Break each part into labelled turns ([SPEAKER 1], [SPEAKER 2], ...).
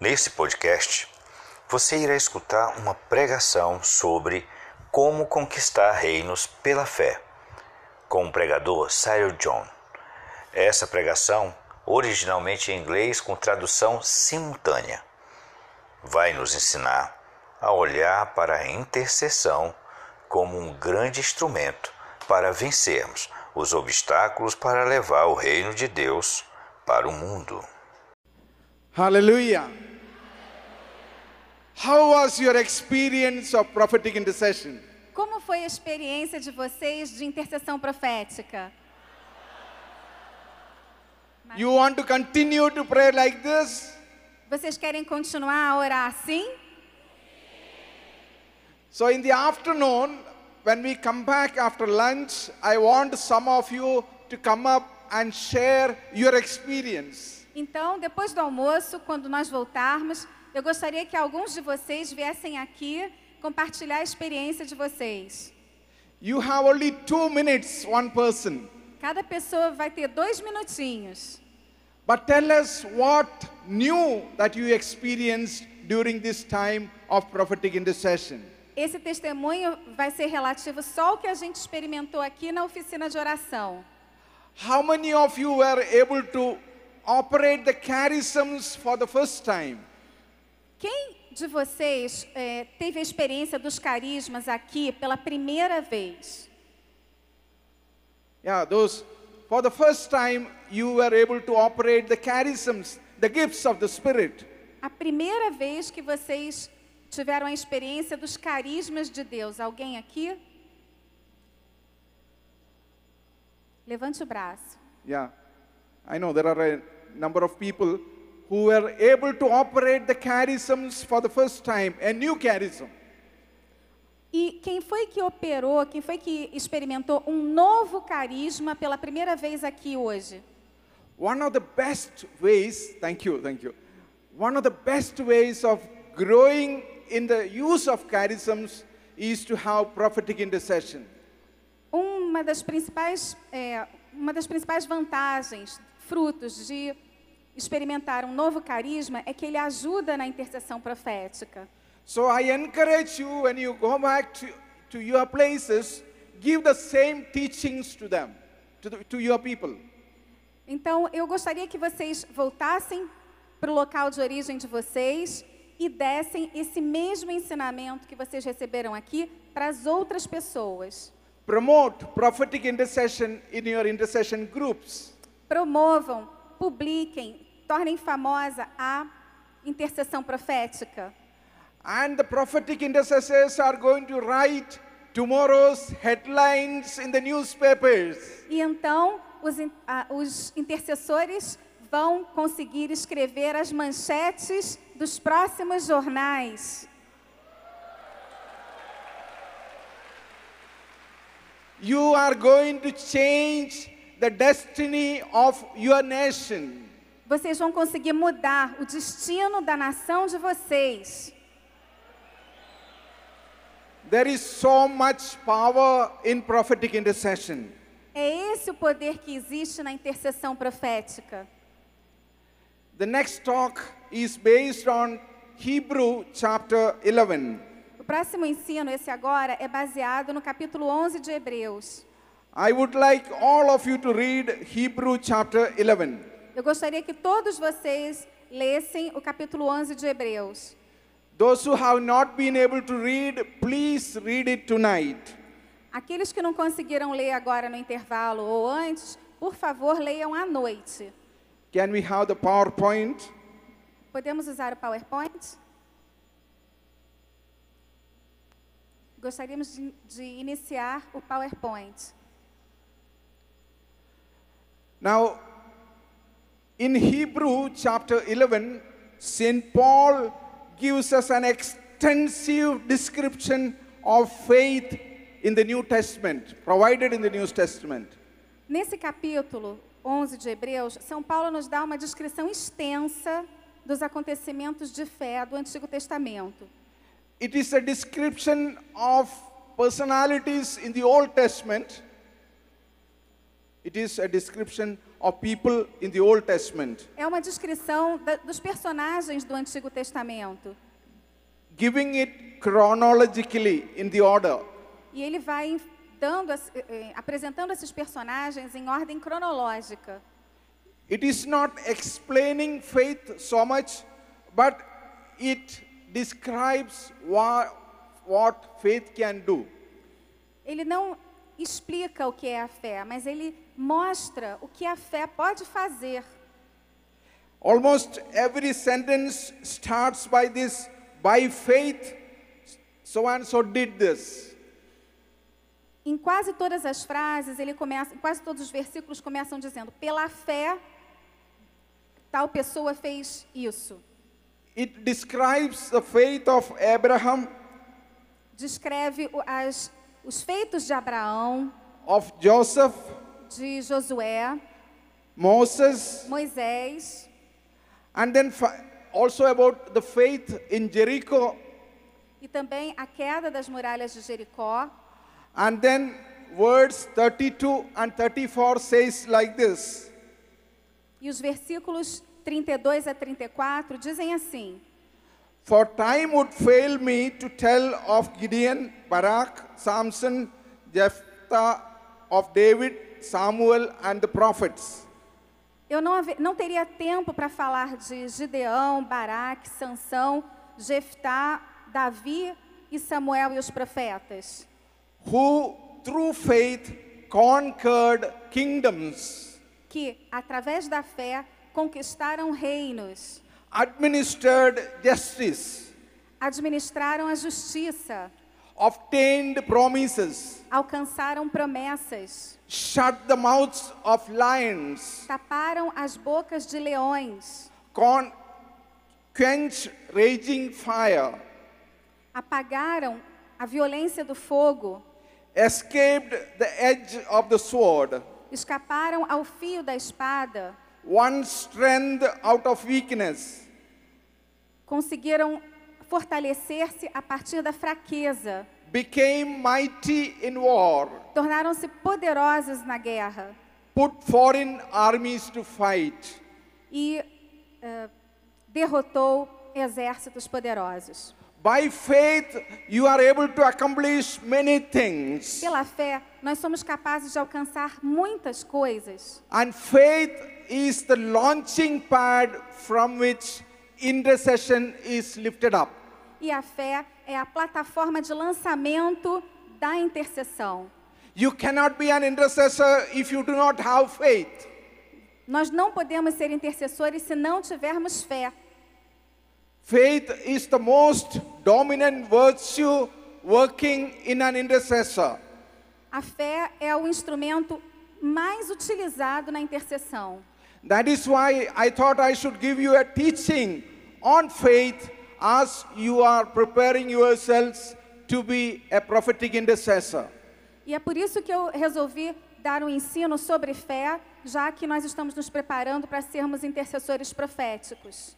[SPEAKER 1] Nesse podcast, você irá escutar uma pregação sobre como conquistar reinos pela fé, com o pregador Cyril John. Essa pregação, originalmente em inglês com tradução simultânea, vai nos ensinar a olhar para a intercessão como um grande instrumento para vencermos os obstáculos para levar o reino de Deus para o mundo.
[SPEAKER 2] Hallelujah. How was your experience of prophetic intercession?
[SPEAKER 3] Como foi a experiência de vocês de intercessão profética?
[SPEAKER 2] You want to continue to pray like this?
[SPEAKER 3] Vocês querem continuar a orar assim?
[SPEAKER 2] So, in the afternoon, when we come back after lunch, I want some of you to come up and share your experience.
[SPEAKER 3] Então, depois do almoço, quando nós voltarmos, eu gostaria que alguns de vocês viessem aqui compartilhar a experiência de vocês.
[SPEAKER 2] You have only two minutes, one person.
[SPEAKER 3] Cada pessoa vai ter dois minutinhos.
[SPEAKER 2] But tell us what new that you experienced during this time of prophetic intercession.
[SPEAKER 3] Esse testemunho vai ser relativo só ao que a gente experimentou aqui na oficina de oração.
[SPEAKER 2] How many of you were able to operate the charisms for the first time?
[SPEAKER 3] Quem de vocês eh, teve a experiência dos carismas aqui pela primeira vez?
[SPEAKER 2] Yeah, those for the first time you were able to operate the charisms, the gifts of the Spirit.
[SPEAKER 3] A primeira vez que vocês tiveram a experiência dos carismas de Deus. Alguém aqui? Levante o braço.
[SPEAKER 2] Yeah, I know there are a number of people who were able to operate the charisms for the first time, a new charism.
[SPEAKER 3] E quem foi que operou, quem foi que experimentou um novo carisma pela primeira vez aqui hoje?
[SPEAKER 2] One of the best ways, thank you, thank you. One of the best ways of growing in the use of charisms is to have prophetic intercession.
[SPEAKER 3] Uma das principais, é, uma das principais vantagens, frutos de experimentar um novo carisma é que ele ajuda na intercessão profética.
[SPEAKER 2] So I encourage you when you go back to, to your places, give the same teachings to them, to, the, to your people.
[SPEAKER 3] Então, eu gostaria que vocês voltassem para o local de origem de vocês e dessem esse mesmo ensinamento que vocês receberam aqui para as outras pessoas.
[SPEAKER 2] Promote prophetic intercession in your intercession groups.
[SPEAKER 3] Promovam, publiquem, tornem famosa a intercessão profética.
[SPEAKER 2] And the prophetic intercessors are going to write tomorrow's headlines in the newspapers.
[SPEAKER 3] E então os, in- ah, os intercessores vão conseguir escrever as manchetes dos próximos jornais.
[SPEAKER 2] You are going to change the destiny of your nation.
[SPEAKER 3] Vocês vão conseguir mudar o destino da nação de vocês.
[SPEAKER 2] There is so much power in prophetic intercession.
[SPEAKER 3] É esse o poder que existe na intercessão profética.
[SPEAKER 2] The next talk is based on Hebrew chapter 11.
[SPEAKER 3] O próximo ensino, esse agora, é baseado no capítulo 11 de Hebreus.
[SPEAKER 2] I would like all of you to read Hebrew chapter 11.
[SPEAKER 3] Eu gostaria que todos vocês lessem o capítulo 11 de Hebreus.
[SPEAKER 2] Those who have not been able to read, please read it tonight.
[SPEAKER 3] Aqueles que não conseguiram ler agora no intervalo ou antes, por favor, leiam à noite.
[SPEAKER 2] Can we have the PowerPoint?
[SPEAKER 3] Podemos usar o PowerPoint? Gostaríamos de, de iniciar o PowerPoint.
[SPEAKER 2] Now, in Hebrew chapter 11, St. Paul gives us an extensive description of faith in the New Testament, provided in the New Testament.
[SPEAKER 3] Nesse capítulo 11 de Hebreus, São Paulo nos dá uma descrição extensa dos acontecimentos de fé do Antigo Testamento.
[SPEAKER 2] It is a description of personalities in the Old Testament It is a description of people in the Old Testament
[SPEAKER 3] É uma descrição da- dos personagens do Antigo Testamento.
[SPEAKER 2] giving it chronologically in the order.
[SPEAKER 3] E ele vai dando, as- eh, eh, apresentando esses personagens em ordem cronológica.
[SPEAKER 2] It is not explaining faith so much, but it describes what, what faith can do.
[SPEAKER 3] Ele não explica o que é a fé, mas ele mostra o que a fé pode fazer.
[SPEAKER 2] Almost every sentence starts by this by faith, so and so did this.
[SPEAKER 3] Em quase todas as frases, ele começa, em quase todos os versículos começam dizendo: "Pela fé tal pessoa fez isso".
[SPEAKER 2] It describes the faith of Abraham,
[SPEAKER 3] Descreve o- as- os feitos de Abraão,
[SPEAKER 2] of Joseph,
[SPEAKER 3] de Josué,
[SPEAKER 2] Moses,
[SPEAKER 3] Moisés,
[SPEAKER 2] and then fi- also about the faith in Jericho,
[SPEAKER 3] e também a queda das muralhas de Jericó.
[SPEAKER 2] and then words 32 and 34 says like this.
[SPEAKER 3] E os versículos 32 a 34 dizem assim:
[SPEAKER 2] For time would fail me to tell of Gideon, Barak, Samson, Jephthah, of David, Samuel, and the prophets.
[SPEAKER 3] Eu não, ave- não teria tempo para falar de Gideão, Baraque, Sansão, Jeftá, Davi e Samuel e os profetas,
[SPEAKER 2] who through faith conquered kingdoms,
[SPEAKER 3] que, através da fé, conquistaram reinos,
[SPEAKER 2] administered justice,
[SPEAKER 3] administraram a justiça,
[SPEAKER 2] obtained promises,
[SPEAKER 3] alcançaram promessas,
[SPEAKER 2] shut the mouths of lions,
[SPEAKER 3] taparam as bocas de leões,
[SPEAKER 2] con- quenched raging fire,
[SPEAKER 3] apagaram a violência do fogo,
[SPEAKER 2] escaped the edge of the sword,
[SPEAKER 3] escaparam ao fio da espada,
[SPEAKER 2] won strength out of weakness,
[SPEAKER 3] conseguiram fortalecer-se a partir da fraqueza.
[SPEAKER 2] became mighty in war,
[SPEAKER 3] tornaram-se poderosos na guerra
[SPEAKER 2] put foreign armies to fight.
[SPEAKER 3] e eh, derrotou exércitos poderosos.
[SPEAKER 2] By faith, you are able to accomplish many things.
[SPEAKER 3] Pela fé, nós somos capazes de alcançar muitas coisas.
[SPEAKER 2] And faith is the launching pad from which intercession is lifted up.
[SPEAKER 3] E a fé é a plataforma de lançamento da intercessão.
[SPEAKER 2] You cannot be an intercessor if you do not have faith.
[SPEAKER 3] Nós não podemos ser intercessores se não tivermos fé.
[SPEAKER 2] Faith is the most dominant virtue working in an intercessor.
[SPEAKER 3] A fé é o instrumento mais utilizado na intercessão.
[SPEAKER 2] That is why I thought I should give you a teaching on faith as you are preparing yourselves to be a prophetic intercessor.
[SPEAKER 3] E é por isso que eu resolvi dar um ensino sobre fé, já que nós estamos nos preparando para sermos intercessores proféticos.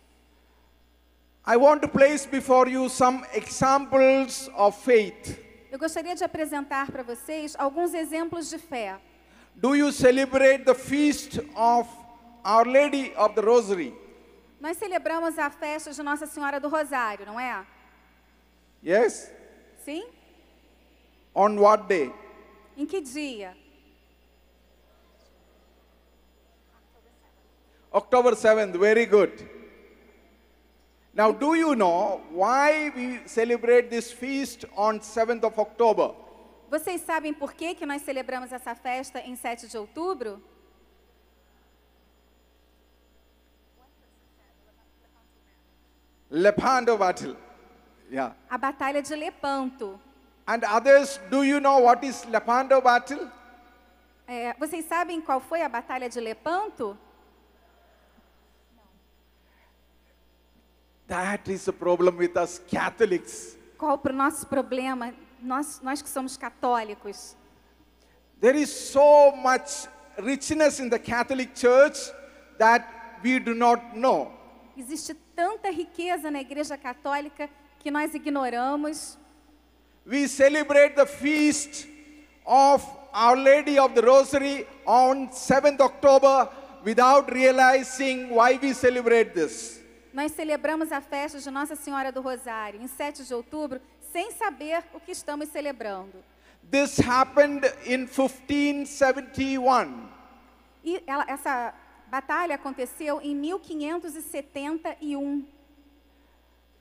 [SPEAKER 2] I want to place before you some examples of faith.
[SPEAKER 3] Eu gostaria de apresentar para vocês alguns exemplos de fé.
[SPEAKER 2] Do you celebrate the feast of Our Lady of the Rosary?
[SPEAKER 3] Nós celebramos a festa de Nossa Senhora do Rosário, não é?
[SPEAKER 2] Yes?
[SPEAKER 3] Sim?
[SPEAKER 2] On what day?
[SPEAKER 3] Em que dia?
[SPEAKER 2] October 7th. Very good. Now, do you know why we celebrate this feast on 7th of October?
[SPEAKER 3] Vocês sabem por que, que nós celebramos essa festa em 7 de outubro?
[SPEAKER 2] Lepanto battle. Yeah.
[SPEAKER 3] A Batalha de Lepanto.
[SPEAKER 2] And others, do you know what is Lepanto battle?
[SPEAKER 3] É, vocês sabem qual foi a Batalha de Lepanto?
[SPEAKER 2] That is the problem with us Catholics.
[SPEAKER 3] Qual para o nosso problema, nós, nós que somos católicos?
[SPEAKER 2] There is so much richness in the Catholic Church that we do not know.
[SPEAKER 3] Existe tanta riqueza na Igreja Católica que nós ignoramos.
[SPEAKER 2] We celebrate the feast of Our Lady of the Rosary on 7th October without realizing why we celebrate this.
[SPEAKER 3] Nós celebramos a festa de Nossa Senhora do Rosário em 7 de outubro, sem saber o que estamos celebrando.
[SPEAKER 2] This happened in 1571.
[SPEAKER 3] E ela- essa batalha aconteceu em 1571.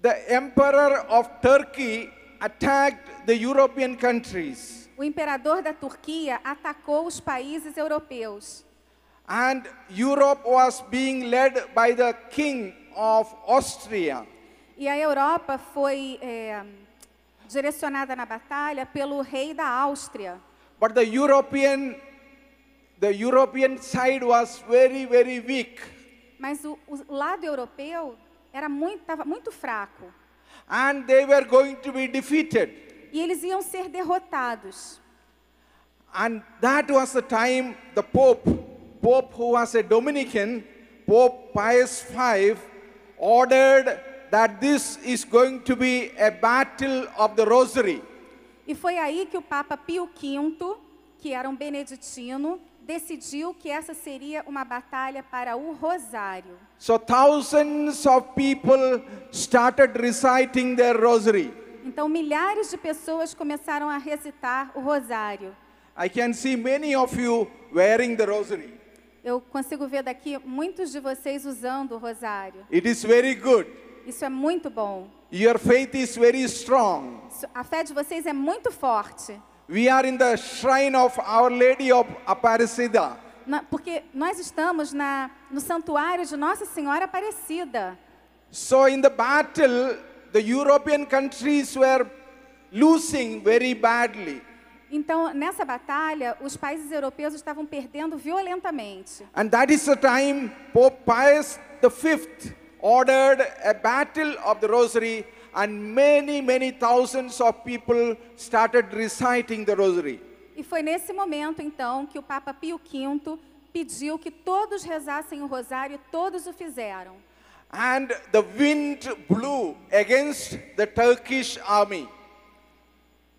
[SPEAKER 2] The Emperor of Turkey attacked the European countries,
[SPEAKER 3] O imperador da Turquia atacou os países europeus
[SPEAKER 2] and Europe was being led by the King of Austria.
[SPEAKER 3] e a Europa foi é, direcionada na batalha pelo rei da Áustria.
[SPEAKER 2] But the European, the European side was very, very weak.
[SPEAKER 3] Mas o, o lado europeu era muito, estava muito fraco
[SPEAKER 2] And they were going to be defeated.
[SPEAKER 3] e eles iam ser derrotados.
[SPEAKER 2] And that was the time the Pope, Pope who was a Dominican, Pope Pius V, ordered that this is going to be a battle of the rosary.
[SPEAKER 3] E foi aí que o Papa Pio V, que era um beneditino, decidiu que essa seria uma batalha para o Rosário.
[SPEAKER 2] So thousands of people started reciting their rosary.
[SPEAKER 3] Então, milhares de pessoas começaram a recitar o Rosário.
[SPEAKER 2] I can see many of you wearing the rosary.
[SPEAKER 3] Eu consigo ver daqui muitos de vocês usando o Rosário.
[SPEAKER 2] It is very good.
[SPEAKER 3] Isso é muito bom.
[SPEAKER 2] Your faith is very strong.
[SPEAKER 3] Isso- A fé de vocês é muito forte.
[SPEAKER 2] We are in the shrine of Our Lady of Aparecida.
[SPEAKER 3] Na- porque nós estamos na, no santuário de Nossa Senhora Aparecida.
[SPEAKER 2] So in the battle, the European countries were losing very badly.
[SPEAKER 3] Então, nessa batalha, os países europeus estavam perdendo violentamente.
[SPEAKER 2] And that is the time Pope Pius V ordered a battle of the rosary and many, many thousands of people started reciting the rosary.
[SPEAKER 3] E foi nesse momento, então, que o Papa Pio V pediu que todos rezassem o rosário e todos o fizeram.
[SPEAKER 2] And the wind blew against the Turkish army.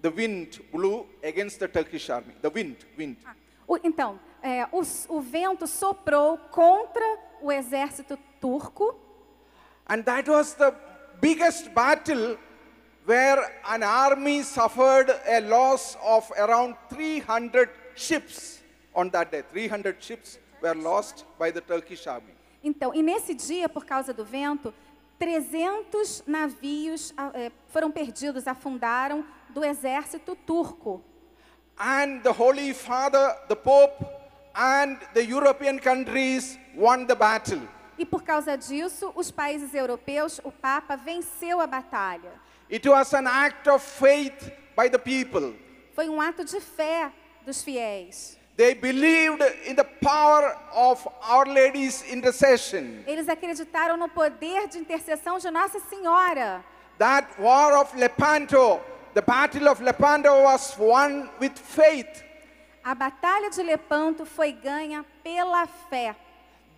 [SPEAKER 2] The wind blew against the Turkish army. The wind, wind.
[SPEAKER 3] O- então, é, o, s- o vento soprou contra o exército turco
[SPEAKER 2] And that was the biggest battle where an army suffered a loss of around 300 ships on that day. 300 ships were lost by the Turkish army.
[SPEAKER 3] Então, e nesse dia, por causa do vento, 300 navios ah, eh, foram perdidos, afundaram do exército turco.
[SPEAKER 2] And the Holy Father, the Pope, and the European countries won the battle.
[SPEAKER 3] E por causa disso, os países europeus, o Papa venceu a batalha.
[SPEAKER 2] It was an act of faith by the people.
[SPEAKER 3] Foi um ato de fé dos fiéis.
[SPEAKER 2] They believed in the power of Our Lady's intercession.
[SPEAKER 3] Eles acreditaram no poder de intercessão de Nossa Senhora.
[SPEAKER 2] That war of Lepanto, the battle of Lepanto was won with faith.
[SPEAKER 3] A batalha de Lepanto foi ganha pela fé.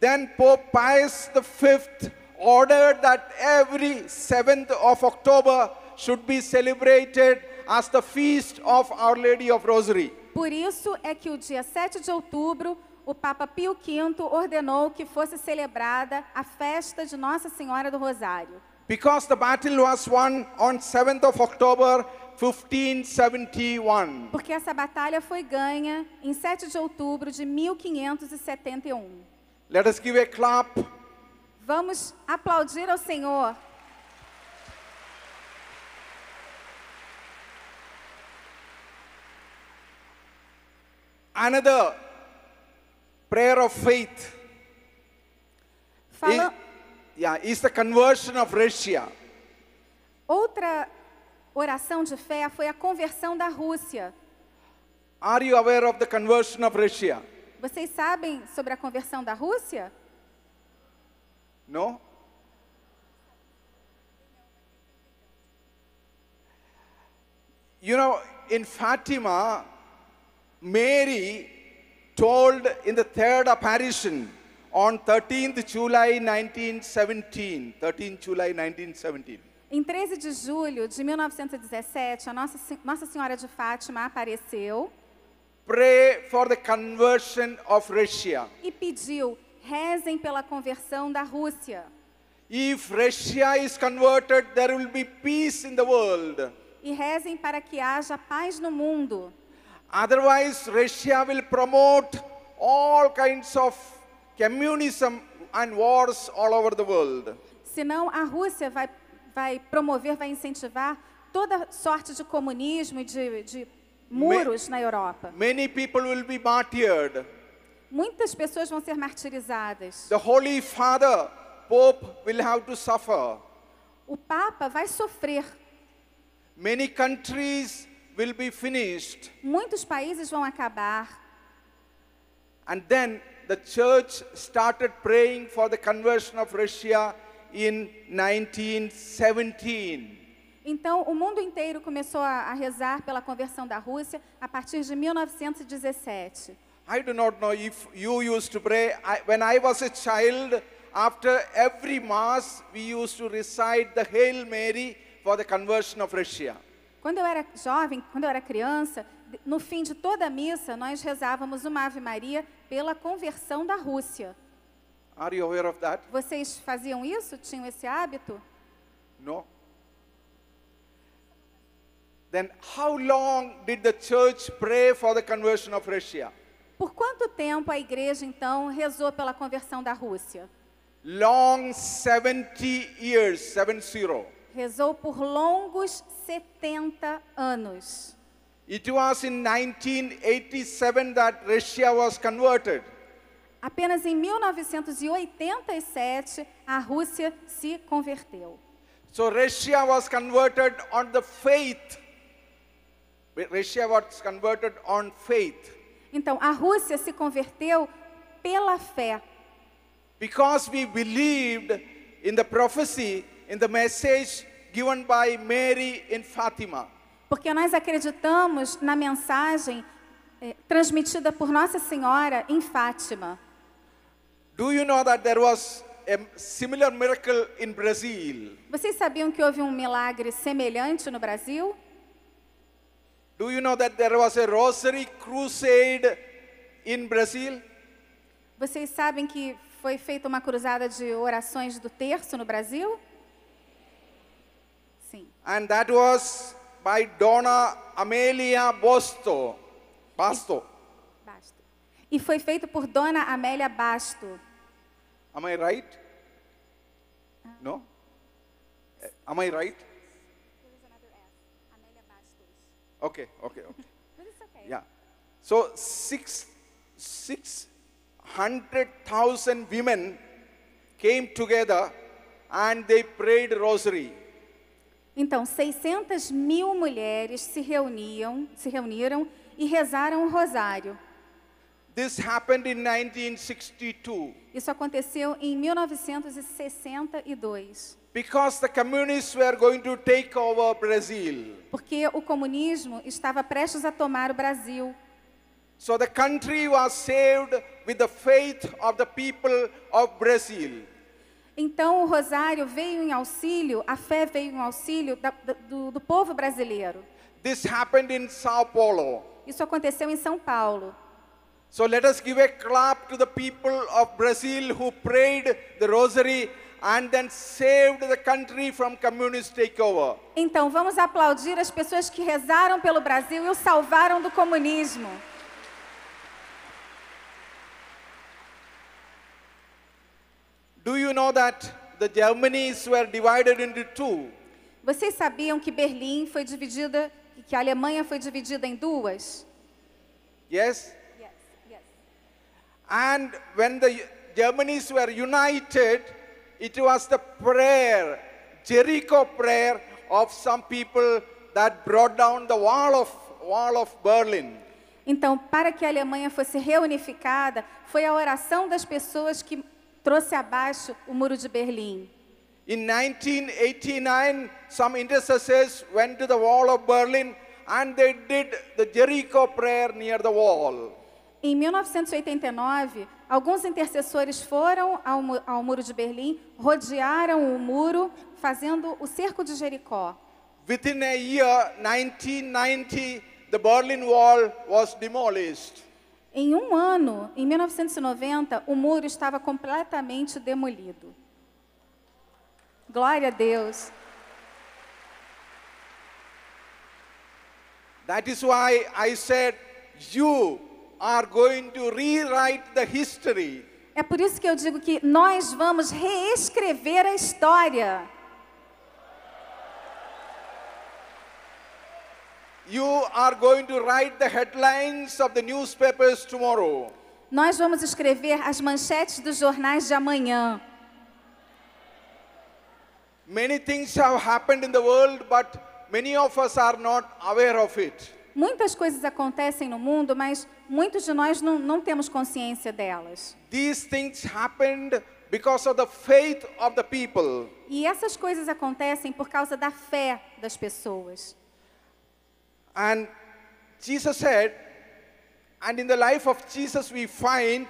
[SPEAKER 2] Then Pope Pius V ordered that every 7th of October should be celebrated as the feast of Our Lady of Rosary.
[SPEAKER 3] Por isso é que o dia 7 de outubro, o Papa Pio V ordenou que fosse celebrada a festa de Nossa Senhora do Rosário.
[SPEAKER 2] Because the battle was won on 7th of October 1571.
[SPEAKER 3] Porque essa batalha foi ganha em 7 de outubro de 1571.
[SPEAKER 2] Let us give a clap.
[SPEAKER 3] Vamos aplaudir ao Senhor.
[SPEAKER 2] Another prayer of faith.
[SPEAKER 3] Fala-
[SPEAKER 2] Is- yeah, is the conversion of Russia.
[SPEAKER 3] Outra oração de fé foi a conversão da Rússia.
[SPEAKER 2] Are you aware of the conversion of Russia?
[SPEAKER 3] Vocês sabem sobre a conversão da Rússia?
[SPEAKER 2] No? You know, in Fatima, Mary told in the third apparition on 13th July 1917, 13th July 1917.
[SPEAKER 3] Em 13 de julho de 1917, a Nossa, Se- Nossa Senhora de Fátima apareceu
[SPEAKER 2] pray for the conversion of Russia.
[SPEAKER 3] e pediu: rezem pela conversão da Rússia.
[SPEAKER 2] If Russia is converted, there will be peace in the world.
[SPEAKER 3] E rezem para que haja paz no mundo.
[SPEAKER 2] Otherwise, Russia will promote all kinds of communism and wars all over the world.
[SPEAKER 3] Senão, a Rússia vai, vai promover, vai incentivar toda sorte de comunismo e de, de muros na Europa.
[SPEAKER 2] Many people will be martyred.
[SPEAKER 3] Muitas pessoas vão ser martirizadas.
[SPEAKER 2] The Holy Father, Pope, will have to suffer.
[SPEAKER 3] O Papa vai sofrer.
[SPEAKER 2] Many countries will be finished.
[SPEAKER 3] Muitos países vão acabar.
[SPEAKER 2] And then the church started praying for the conversion of Russia in 1917.
[SPEAKER 3] Então, o mundo inteiro começou a, a rezar pela conversão da Rússia a partir de 1917.
[SPEAKER 2] I do not know if you used to pray. I, when I was a child, after every Mass, we used to recite the Hail Mary for the conversion of Russia.
[SPEAKER 3] Quando eu era jovem, quando eu era criança, de- no fim de toda a missa, nós rezávamos uma Ave Maria pela conversão da Rússia.
[SPEAKER 2] Are you aware of that?
[SPEAKER 3] Vocês faziam isso? Tinham esse hábito?
[SPEAKER 2] No. Then, how long did the church pray for the conversion of Russia?
[SPEAKER 3] Por quanto tempo a igreja, então, rezou pela conversão da Rússia?
[SPEAKER 2] Long 70 years, 70.
[SPEAKER 3] Rezou por longos 70 anos.
[SPEAKER 2] It was in 1987 that Russia was converted.
[SPEAKER 3] Apenas em 1987, a Rússia se converteu.
[SPEAKER 2] So Russia was converted on the faith. Russia was converted on faith.
[SPEAKER 3] Então, a Rússia se converteu pela fé,
[SPEAKER 2] Because we believed in the prophecy, in the message given by Mary in Fatima.
[SPEAKER 3] Porque nós acreditamos na mensagem eh, transmitida por Nossa Senhora em Fátima.
[SPEAKER 2] Do you know that there was a similar miracle in Brazil?
[SPEAKER 3] Vocês sabiam que houve um milagre semelhante no Brasil?
[SPEAKER 2] Do you know that there was a rosary crusade in Brazil?
[SPEAKER 3] Vocês sabem que foi feita uma cruzada de orações do terço no Brasil? Sim.
[SPEAKER 2] And that was by Donna Amelia Bosto. Basto.
[SPEAKER 3] Basto. E foi feito por Dona Amélia Basto.
[SPEAKER 2] Am I right? No? Eh, Am I right? Okay, okay, okay. Yeah. So six, 600,000 women came together and they prayed rosary.
[SPEAKER 3] Então, 600 mil mulheres se reuniam, se reuniram e rezaram o rosário.
[SPEAKER 2] This happened in 1962
[SPEAKER 3] Isso aconteceu em 1962,
[SPEAKER 2] because the communists were going to take over Brazil.
[SPEAKER 3] porque o comunismo estava prestes a tomar o Brasil.
[SPEAKER 2] So the country was saved with the faith of the people of Brazil.
[SPEAKER 3] Então o Rosário veio em auxílio, a fé veio em auxílio da- da- do, do povo brasileiro.
[SPEAKER 2] This happened in Sao Paulo.
[SPEAKER 3] Isso aconteceu em São Paulo.
[SPEAKER 2] So let us give a clap to the people of Brazil who prayed the rosary and then saved the country from communist takeover.
[SPEAKER 3] Então vamos aplaudir as pessoas que rezaram pelo Brasil e o salvaram do comunismo.
[SPEAKER 2] Do you know that the Germanys were divided into two?
[SPEAKER 3] Vocês sabiam que Berlim foi dividida, que a Alemanha foi dividida em duas?
[SPEAKER 2] Yes? And when the Germanys were united, it was the prayer, Jericho prayer of some people that brought down the wall of, wall of Berlin.
[SPEAKER 3] Então, para que a Alemanha fosse reunificada, foi a oração das pessoas que trouxe abaixo o muro de Berlim.
[SPEAKER 2] In 1989, some intercessors went to the wall of Berlin and they did the Jericho prayer near the wall.
[SPEAKER 3] Em 1989, alguns intercessores foram ao, mu- ao muro de Berlim, rodearam o muro, fazendo o cerco de Jericó.
[SPEAKER 2] Within a year, 1990, the Berlin Wall was demolished.
[SPEAKER 3] Em um ano, em 1990, o muro estava completamente demolido. Glória a Deus.
[SPEAKER 2] That is why I said you are going to rewrite the history.
[SPEAKER 3] É por isso que eu digo que nós vamos reescrever a história.
[SPEAKER 2] You are going to write the headlines of the newspapers tomorrow.
[SPEAKER 3] Nós vamos escrever as manchetes dos jornais de amanhã.
[SPEAKER 2] Many things have happened in the world, but many of us are not aware of it.
[SPEAKER 3] Muitas coisas acontecem no mundo, mas muitos de nós não, não temos consciência delas.
[SPEAKER 2] These things happened because of the faith of the people.
[SPEAKER 3] E essas coisas acontecem por causa da fé das pessoas.
[SPEAKER 2] And Jesus said, and in the life of Jesus, we find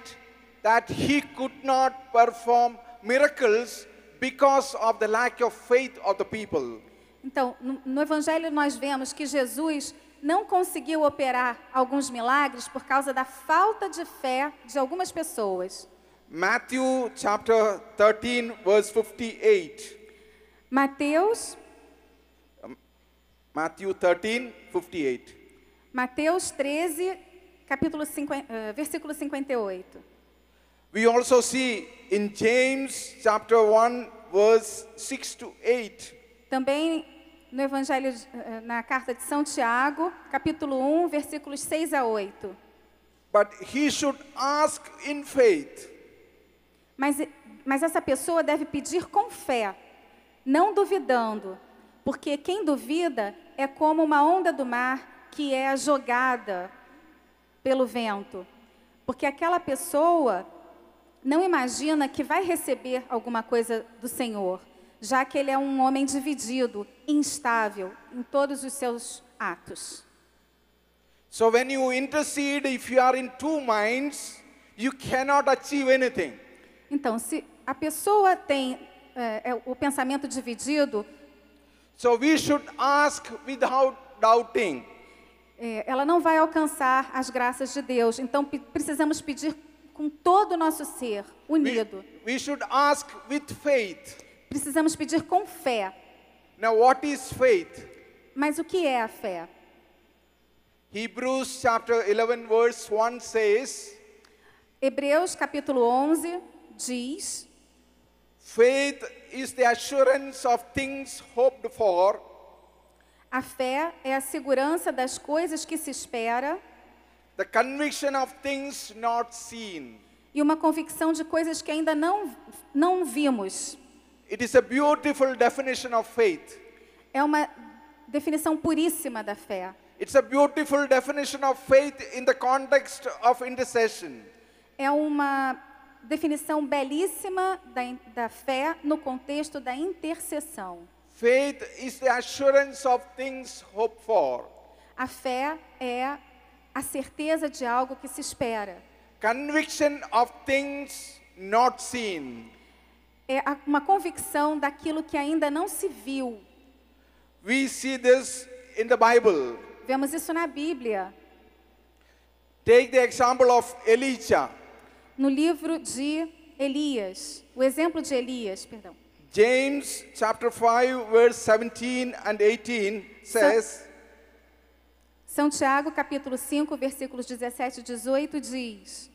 [SPEAKER 2] that he could not perform miracles because of the lack of faith of the people.
[SPEAKER 3] Então, no, no Evangelho nós vemos que Jesus não conseguiu operar alguns milagres por causa da falta de fé de algumas pessoas.
[SPEAKER 2] Matthew chapter 13, verse 58.
[SPEAKER 3] Mateus,
[SPEAKER 2] Matthew 13, 58.
[SPEAKER 3] Mateus 13, capítulo 50, eh, versículo 58.
[SPEAKER 2] We also see in James chapter 1, verse 6 to 8.
[SPEAKER 3] Também no Evangelho, de- eh, na carta de São Tiago, capítulo 1, versículos 6 a 8.
[SPEAKER 2] But he should ask in faith.
[SPEAKER 3] Mas, mas essa pessoa deve pedir com fé, não duvidando, porque quem duvida é como uma onda do mar que é jogada pelo vento. Porque aquela pessoa não imagina que vai receber alguma coisa do Senhor, já que ele é um homem dividido, instável em todos os seus atos.
[SPEAKER 2] So when you intercede, if you are in two minds, you cannot achieve anything.
[SPEAKER 3] Então, se a pessoa tem eh, eh, o pensamento dividido,
[SPEAKER 2] So we should ask without doubting.
[SPEAKER 3] É, ela não vai alcançar as graças de Deus. Então pe- precisamos pedir com todo o nosso ser
[SPEAKER 2] We,
[SPEAKER 3] unido.
[SPEAKER 2] we should ask with faith.
[SPEAKER 3] Precisamos pedir com fé.
[SPEAKER 2] Now, what is faith?
[SPEAKER 3] Mas o que é a fé?
[SPEAKER 2] Hebrews chapter 11, verse 1 says,
[SPEAKER 3] Hebreus capítulo 11 diz:
[SPEAKER 2] Faith is the assurance of things hoped for,
[SPEAKER 3] a fé é a segurança das coisas que se espera
[SPEAKER 2] the conviction of things not seen.
[SPEAKER 3] e uma convicção de coisas que ainda não, não vimos.
[SPEAKER 2] It is a beautiful definition of faith.
[SPEAKER 3] É uma definição puríssima da fé.
[SPEAKER 2] It's a beautiful definition of faith in the context of intercession.
[SPEAKER 3] É uma definição belíssima da, in- da fé no contexto da intercessão.
[SPEAKER 2] Faith is the assurance of things hoped for,
[SPEAKER 3] A fé é a certeza de algo que se espera.
[SPEAKER 2] conviction of things not seen.
[SPEAKER 3] É a- uma convicção daquilo que ainda não se viu.
[SPEAKER 2] We see this in the Bible.
[SPEAKER 3] Vemos isso na Bíblia,
[SPEAKER 2] Take the example of Elijah.
[SPEAKER 3] no livro de Elias, o exemplo de Elias, perdão.
[SPEAKER 2] James chapter 5 verse 17 and 18 says,
[SPEAKER 3] São Tiago, capítulo 5, versículos 17 e 18 diz: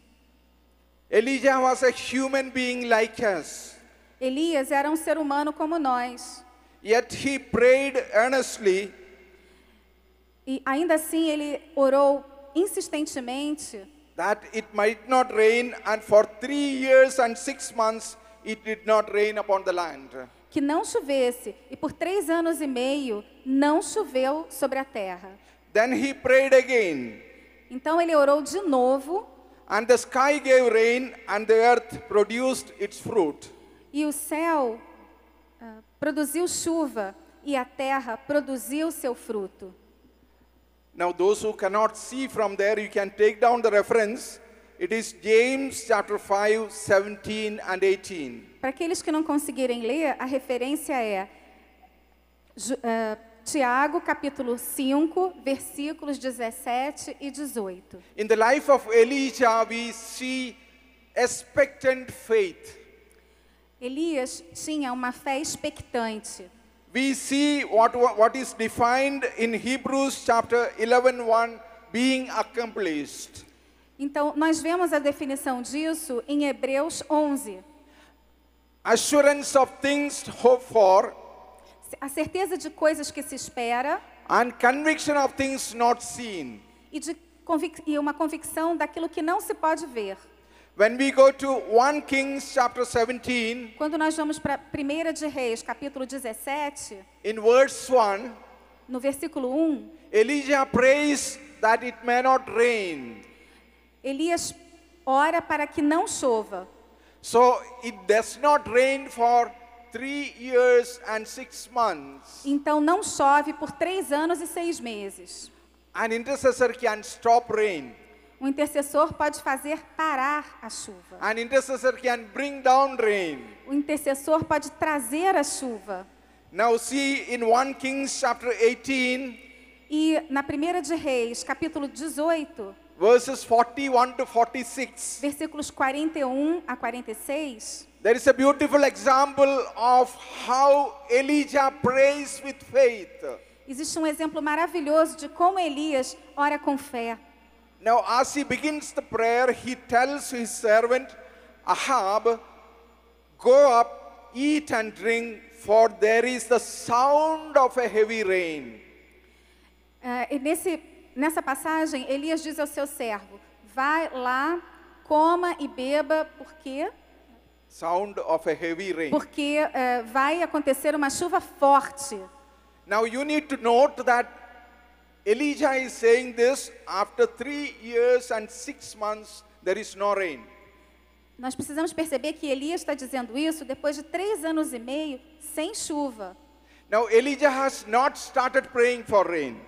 [SPEAKER 2] Elijah was a human being like us,
[SPEAKER 3] Elias era um ser humano como nós,
[SPEAKER 2] yet he prayed earnestly
[SPEAKER 3] e ainda assim ele orou insistentemente
[SPEAKER 2] that it might not rain and for 3 years and 6 months it did not rain upon the land.
[SPEAKER 3] que não chovesse, e por três anos e meio não choveu sobre a terra.
[SPEAKER 2] Then he prayed again
[SPEAKER 3] Então ele orou de novo
[SPEAKER 2] and the sky gave rain and the earth produced its fruit.
[SPEAKER 3] e o céu ah, produziu chuva e a terra produziu seu fruto.
[SPEAKER 2] Now, those who cannot see from there, you can take down the reference. It is James chapter 5, 17 and 18.
[SPEAKER 3] Para aqueles que não conseguirem ler, a referência é Ju- ah, Tiago, capítulo 5, versículos 17 e 18.
[SPEAKER 2] In the life of Elijah, we see expectant faith.
[SPEAKER 3] Elias tinha uma fé expectante.
[SPEAKER 2] We see what, what is defined in Hebrews chapter 11 1 being accomplished.
[SPEAKER 3] Então, nós vemos a definição disso em Hebreus 11.
[SPEAKER 2] Assurance of things hoped for
[SPEAKER 3] A certeza de coisas que se espera
[SPEAKER 2] and conviction of things not seen.
[SPEAKER 3] e, de convic- e uma convicção daquilo que não se pode ver.
[SPEAKER 2] When we go to 1 Kings chapter 17,
[SPEAKER 3] Quando nós vamos para 1 de Reis, capítulo 17,
[SPEAKER 2] in verse 1,
[SPEAKER 3] no versículo 1,
[SPEAKER 2] Elijah prays that it may not rain.
[SPEAKER 3] Elias ora para que não chova.
[SPEAKER 2] So it does not rain for three years and six months.
[SPEAKER 3] Então não chove por três anos e seis meses.
[SPEAKER 2] An intercessor can stop rain.
[SPEAKER 3] O intercessor pode fazer parar a chuva.
[SPEAKER 2] An intercessor can bring down rain.
[SPEAKER 3] O intercessor pode trazer a chuva.
[SPEAKER 2] Now see in 1 Kings chapter 18,
[SPEAKER 3] E na primeira de Reis, capítulo 18,
[SPEAKER 2] verses 41 to 46,
[SPEAKER 3] versículos 41 a 46,
[SPEAKER 2] there is a beautiful example of how Elijah prays with faith.
[SPEAKER 3] existe um exemplo maravilhoso de como Elias ora com fé.
[SPEAKER 2] Now as he begins the prayer, he tells his servant Ahab, go up, eat and drink, for there is the sound of a heavy rain.
[SPEAKER 3] É, e nesse, nessa passagem, Elias diz ao seu servo: Vai lá, coma e beba, porque,
[SPEAKER 2] Sound of a heavy rain.
[SPEAKER 3] porque é, vai acontecer uma chuva forte.
[SPEAKER 2] Now you need to note that Elijah is saying this after three years and six months there is no rain.
[SPEAKER 3] Nós precisamos perceber que Elias está dizendo isso depois de três anos e meio sem chuva.
[SPEAKER 2] Now Elijah has not started praying for rain,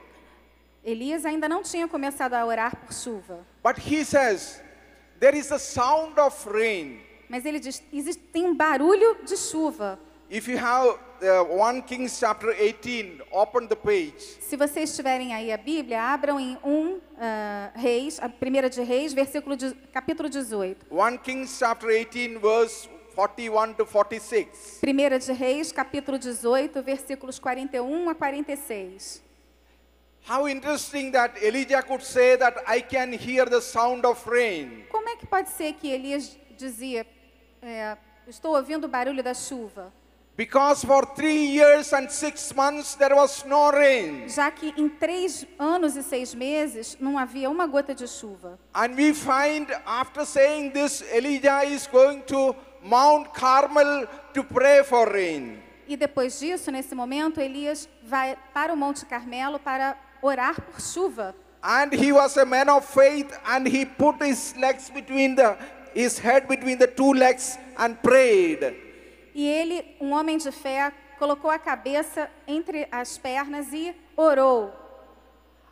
[SPEAKER 3] Elias ainda não tinha começado a orar por chuva.
[SPEAKER 2] but he says there is a sound of rain.
[SPEAKER 3] Mas ele diz: existe, tem um barulho de chuva.
[SPEAKER 2] If you have uh, 1 Kings chapter 18, open the page.
[SPEAKER 3] Se vocês tiverem aí a Bíblia, abram em 1 ah, Reis, a primeira de Reis, versículo de, capítulo 18.
[SPEAKER 2] 1 Kings chapter 18, verse 41 to 46.
[SPEAKER 3] Primeira de Reis, capítulo 18, versículos 41 a 46.
[SPEAKER 2] How interesting that Elijah could say that I can hear the sound of rain.
[SPEAKER 3] Como é que pode ser que Elias dizia, é, estou ouvindo o barulho da chuva?
[SPEAKER 2] Because for three years and six months there was no rain.
[SPEAKER 3] Já que em três anos e seis meses não havia uma gota de chuva.
[SPEAKER 2] And we find after saying this, Elijah is going to Mount Carmel to pray for rain.
[SPEAKER 3] E depois disso, nesse momento, Elias vai para o Monte Carmelo para orar por chuva.
[SPEAKER 2] And he was a man of faith and he put his legs between the his head between the two legs and prayed.
[SPEAKER 3] E ele, um homem de fé, colocou a cabeça entre as pernas e orou.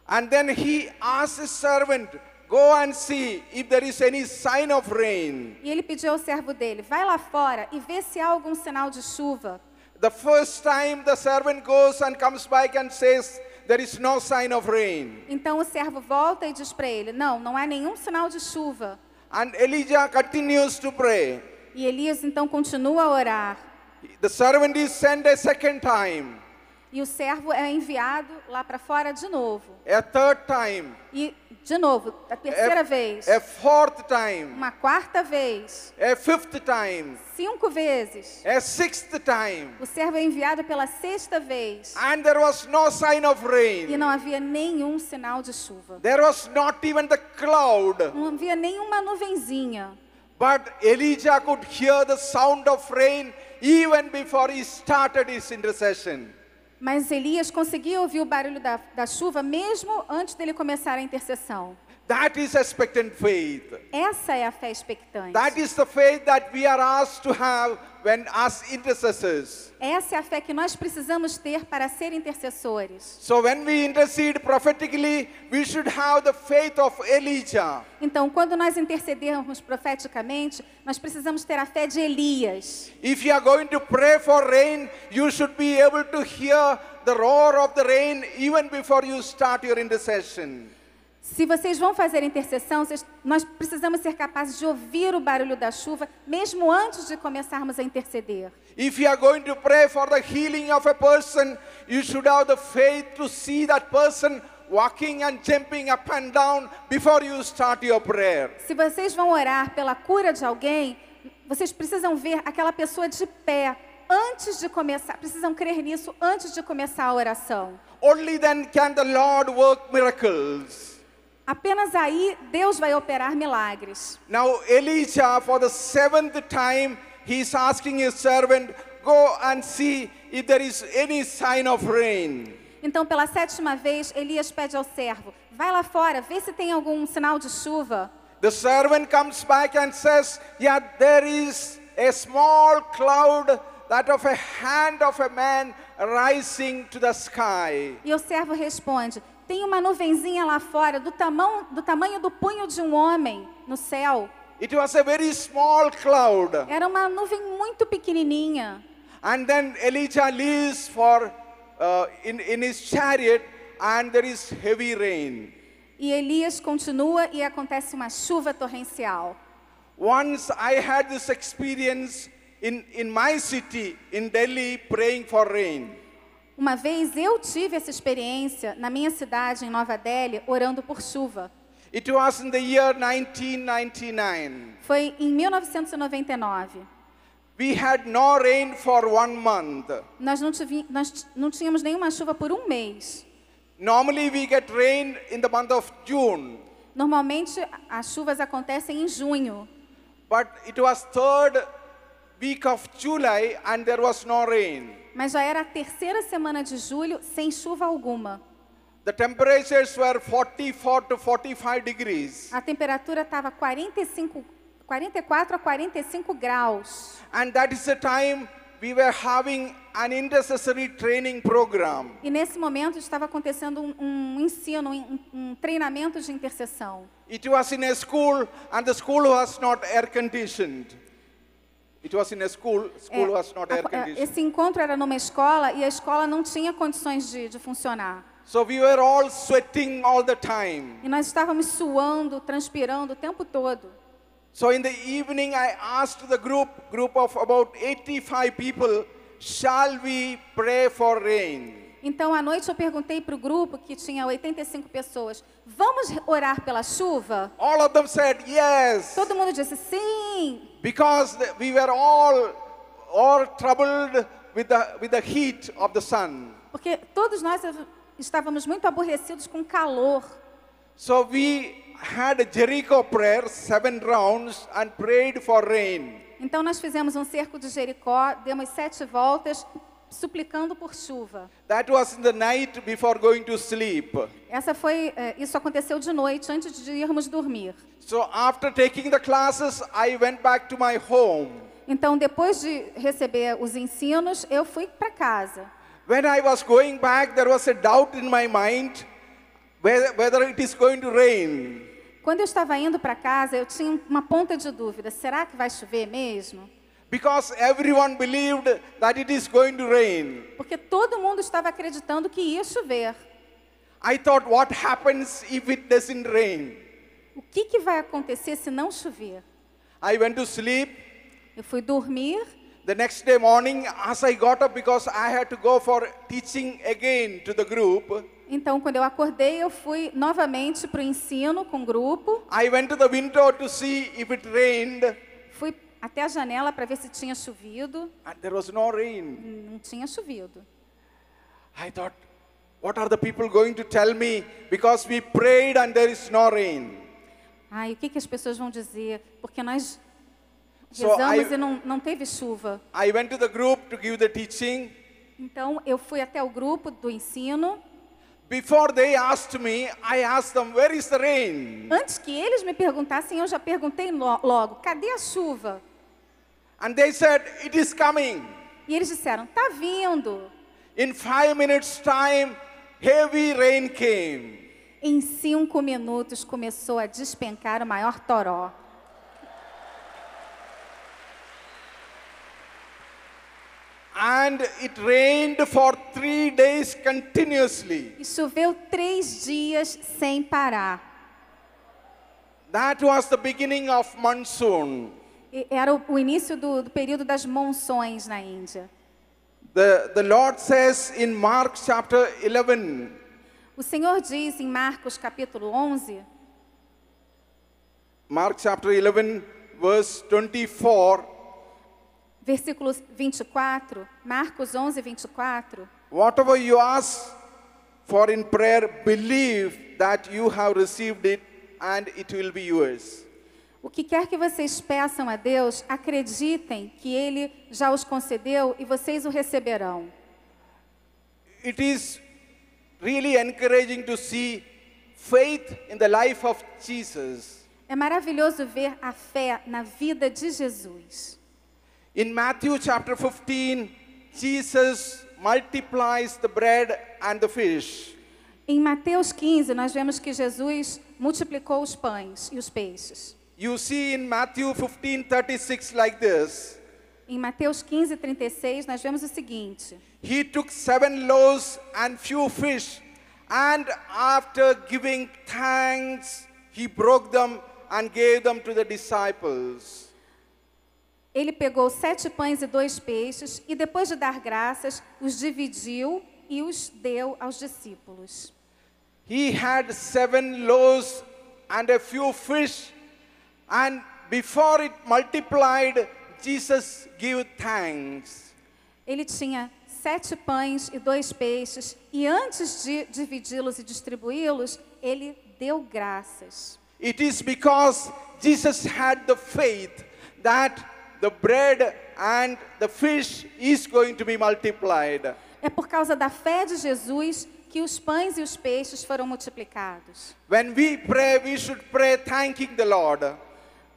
[SPEAKER 2] And then he asked his servant, Go and see if there is any sign of rain.
[SPEAKER 3] E ele pediu ao servo dele: vai lá fora e vê se há algum sinal de chuva.
[SPEAKER 2] The first time the servant goes and comes back and says, There is no sign of rain.
[SPEAKER 3] Então o servo volta e diz para ele: não, não há nenhum sinal de chuva.
[SPEAKER 2] And Elijah continues to pray.
[SPEAKER 3] E Elias então continua a orar.
[SPEAKER 2] The servant is sent a second time,
[SPEAKER 3] E o servo é enviado lá para fora de novo.
[SPEAKER 2] a third time,
[SPEAKER 3] E de novo, a terceira
[SPEAKER 2] É,
[SPEAKER 3] vez,
[SPEAKER 2] a fourth time,
[SPEAKER 3] uma quarta vez,
[SPEAKER 2] a fifth time,
[SPEAKER 3] cinco vezes.
[SPEAKER 2] a sixth time.
[SPEAKER 3] O servo é enviado pela sexta vez.
[SPEAKER 2] And there was no sign of
[SPEAKER 3] E
[SPEAKER 2] rain.
[SPEAKER 3] não havia nenhum sinal de chuva.
[SPEAKER 2] There was not even the cloud.
[SPEAKER 3] Não havia nenhuma nuvenzinha.
[SPEAKER 2] But Elijah could hear the sound of rain even before he started his intercession.
[SPEAKER 3] Mas Elias conseguia ouvir o barulho da, da chuva mesmo antes dele começar a intercessão.
[SPEAKER 2] That is expectant faith.
[SPEAKER 3] Essa é a fé expectante.
[SPEAKER 2] That is the faith that we are asked to have when as intercessors.
[SPEAKER 3] Essa é a fé que nós precisamos ter para ser intercessores.
[SPEAKER 2] So when we intercede prophetically, we should have the faith of Elijah.
[SPEAKER 3] Então, quando nós intercedermos profeticamente, nós precisamos ter a fé de Elias.
[SPEAKER 2] If you are going to pray for rain, you should be able to hear the roar of the rain even before you start your intercession.
[SPEAKER 3] Se vocês vão fazer intercessão, vocês- nós precisamos ser capazes de ouvir o barulho da chuva, mesmo antes de começarmos a interceder.
[SPEAKER 2] If you are going to pray for the healing of a person, you should have the faith to see that person walking and jumping up and down before you start your prayer.
[SPEAKER 3] Se vocês vão orar pela cura de alguém, vocês precisam ver aquela pessoa de pé antes de começar, precisam crer nisso antes de começar a oração.
[SPEAKER 2] Only then can the Lord work miracles.
[SPEAKER 3] Apenas aí Deus vai operar milagres.
[SPEAKER 2] Now, Elijah, for the seventh time, he's asking his servant, Go and see if there is any sign of rain.
[SPEAKER 3] Então, pela sétima vez, Elias pede ao servo: vai lá fora, vê se tem algum sinal de chuva.
[SPEAKER 2] The servant comes back and says, Yeah, there is a small cloud that of a hand of a man rising to the sky.
[SPEAKER 3] E o servo responde: tem uma nuvenzinha lá fora do, tamão, do tamanho do punho de um homem no céu.
[SPEAKER 2] It was a very small cloud.
[SPEAKER 3] Era uma nuvem muito pequenininha.
[SPEAKER 2] And then Elijah leaves for uh, in, in his chariot, and there is heavy rain.
[SPEAKER 3] E Elias continua e acontece uma chuva torrencial.
[SPEAKER 2] Once I had this experience in, in my city, in Delhi, praying for rain.
[SPEAKER 3] Uma vez eu tive essa experiência na minha cidade, em Nova Delhi, orando por chuva.
[SPEAKER 2] It was in the year 1999.
[SPEAKER 3] Foi em 1999.
[SPEAKER 2] We had no rain for one month.
[SPEAKER 3] Nós não, tivi- nós t- não tínhamos nenhuma chuva por um mês.
[SPEAKER 2] Normally, we get rain in the month of June,
[SPEAKER 3] Normalmente a- as chuvas acontecem em junho,
[SPEAKER 2] but it was third week of July and there was no rain.
[SPEAKER 3] mas já era a terceira semana de julho sem chuva alguma.
[SPEAKER 2] The temperatures were 44 to 45 degrees,
[SPEAKER 3] A temperatura estava 45, 44 a 45 graus.
[SPEAKER 2] and that is the time we were having an intercessory training program.
[SPEAKER 3] E nesse momento estava acontecendo um, um ensino, um, um treinamento de intercessão.
[SPEAKER 2] It was in a school, and the school was not air conditioned. It was in a school, school
[SPEAKER 3] É,
[SPEAKER 2] was not air
[SPEAKER 3] a- a-
[SPEAKER 2] conditioned.
[SPEAKER 3] esse encontro era numa escola e a escola não tinha condições de, de funcionar.
[SPEAKER 2] So we were all sweating all the time.
[SPEAKER 3] E nós estávamos suando, transpirando o tempo todo.
[SPEAKER 2] So in the evening, I asked the group, group of about 85 people, shall we pray for rain?
[SPEAKER 3] Então, à noite, eu perguntei para o grupo, que tinha 85 pessoas, vamos orar pela chuva?
[SPEAKER 2] All of them said yes,
[SPEAKER 3] Todo mundo disse sim,
[SPEAKER 2] because the- we were all, all troubled with the, with the heat of the sun.
[SPEAKER 3] porque todos nós estávamos muito aborrecidos com o calor.
[SPEAKER 2] So we had a Jericho prayer, seven rounds, and prayed for rain.
[SPEAKER 3] Então, nós fizemos um cerco de Jericó, demos sete voltas, suplicando por chuva.
[SPEAKER 2] That was in the night before going to sleep.
[SPEAKER 3] Essa foi, eh, isso aconteceu de noite, antes de irmos dormir.
[SPEAKER 2] So after taking the classes, I went back to my home.
[SPEAKER 3] Então, depois de receber os ensinos, eu fui para casa.
[SPEAKER 2] When I was going back, there was a doubt in my mind whether, whether it is going to rain.
[SPEAKER 3] Quando eu estava indo para casa, eu tinha uma ponta de dúvida: será que vai chover mesmo?
[SPEAKER 2] Because everyone believed that it is going to rain.
[SPEAKER 3] Porque todo mundo estava acreditando que ia chover.
[SPEAKER 2] I thought, what happens if it doesn't rain?
[SPEAKER 3] O que, que vai acontecer se não chover?
[SPEAKER 2] I went to sleep.
[SPEAKER 3] Eu fui dormir.
[SPEAKER 2] The next day morning, as I got up, because I had to go for teaching again to the group,
[SPEAKER 3] Então, quando eu acordei, eu fui novamente para o ensino com o grupo.
[SPEAKER 2] I went to the window to see if it rained,
[SPEAKER 3] Fui até a janela para ver se tinha chovido.
[SPEAKER 2] and there was no rain.
[SPEAKER 3] Não tinha chovido.
[SPEAKER 2] I thought, what are the people going to tell me? Because we prayed and there is no rain.
[SPEAKER 3] Ai, o que, que as pessoas vão dizer? Porque nós
[SPEAKER 2] So,
[SPEAKER 3] rezamos
[SPEAKER 2] I-
[SPEAKER 3] e não, não teve chuva.
[SPEAKER 2] I went to the group to give the teaching.
[SPEAKER 3] Então, eu fui até o grupo do ensino.
[SPEAKER 2] Before they asked me, I asked them, Where is the rain?
[SPEAKER 3] Antes que eles me perguntassem, eu já perguntei lo- logo: cadê a chuva?
[SPEAKER 2] And they said, It is coming.
[SPEAKER 3] E eles disseram: tá vindo.
[SPEAKER 2] In five minutes' time, heavy rain came.
[SPEAKER 3] Em cinco minutos começou a despencar o maior toró.
[SPEAKER 2] and it rained for three days continuously.
[SPEAKER 3] E choveu três dias sem parar.
[SPEAKER 2] That was the beginning of monsoon.
[SPEAKER 3] E era o, o início do, do período das monções na Índia.
[SPEAKER 2] The, the Lord says in Mark chapter 11,
[SPEAKER 3] O Senhor diz em Marcos capítulo 11,
[SPEAKER 2] Mark chapter 11, verse 24,
[SPEAKER 3] versículo 24, Marcos 11, 24,
[SPEAKER 2] whatever you ask for in prayer, believe that you have received it and it will be yours.
[SPEAKER 3] o que quer que vocês peçam a Deus, acreditem que Ele já os concedeu e vocês o receberão.
[SPEAKER 2] It is really encouraging to see faith in the life of Jesus.
[SPEAKER 3] É maravilhoso ver a fé na vida de Jesus.
[SPEAKER 2] In Matthew chapter 15, Jesus multiplies the bread and the fish.
[SPEAKER 3] Em Mateus 15, nós vemos que Jesus multiplicou os pães e os peixes.
[SPEAKER 2] You see in Matthew 15 36 like this
[SPEAKER 3] Em Mateus 15, 36, nós vemos o seguinte:
[SPEAKER 2] He took seven loaves and few fish, and after giving thanks, he broke them and gave them to the disciples.
[SPEAKER 3] Ele pegou sete pães e dois peixes, e depois de dar graças, os dividiu e os deu aos discípulos.
[SPEAKER 2] He had seven loaves and a few fish, and before it multiplied, Jesus gave thanks.
[SPEAKER 3] Ele tinha sete pães e dois peixes, e antes de dividi-los e distribuí-los, ele deu graças.
[SPEAKER 2] It is because Jesus had the faith that the bread and the fish is going to be multiplied.
[SPEAKER 3] É por causa da fé de Jesus que os pães e os peixes foram multiplicados.
[SPEAKER 2] When we pray, we should pray thanking the Lord.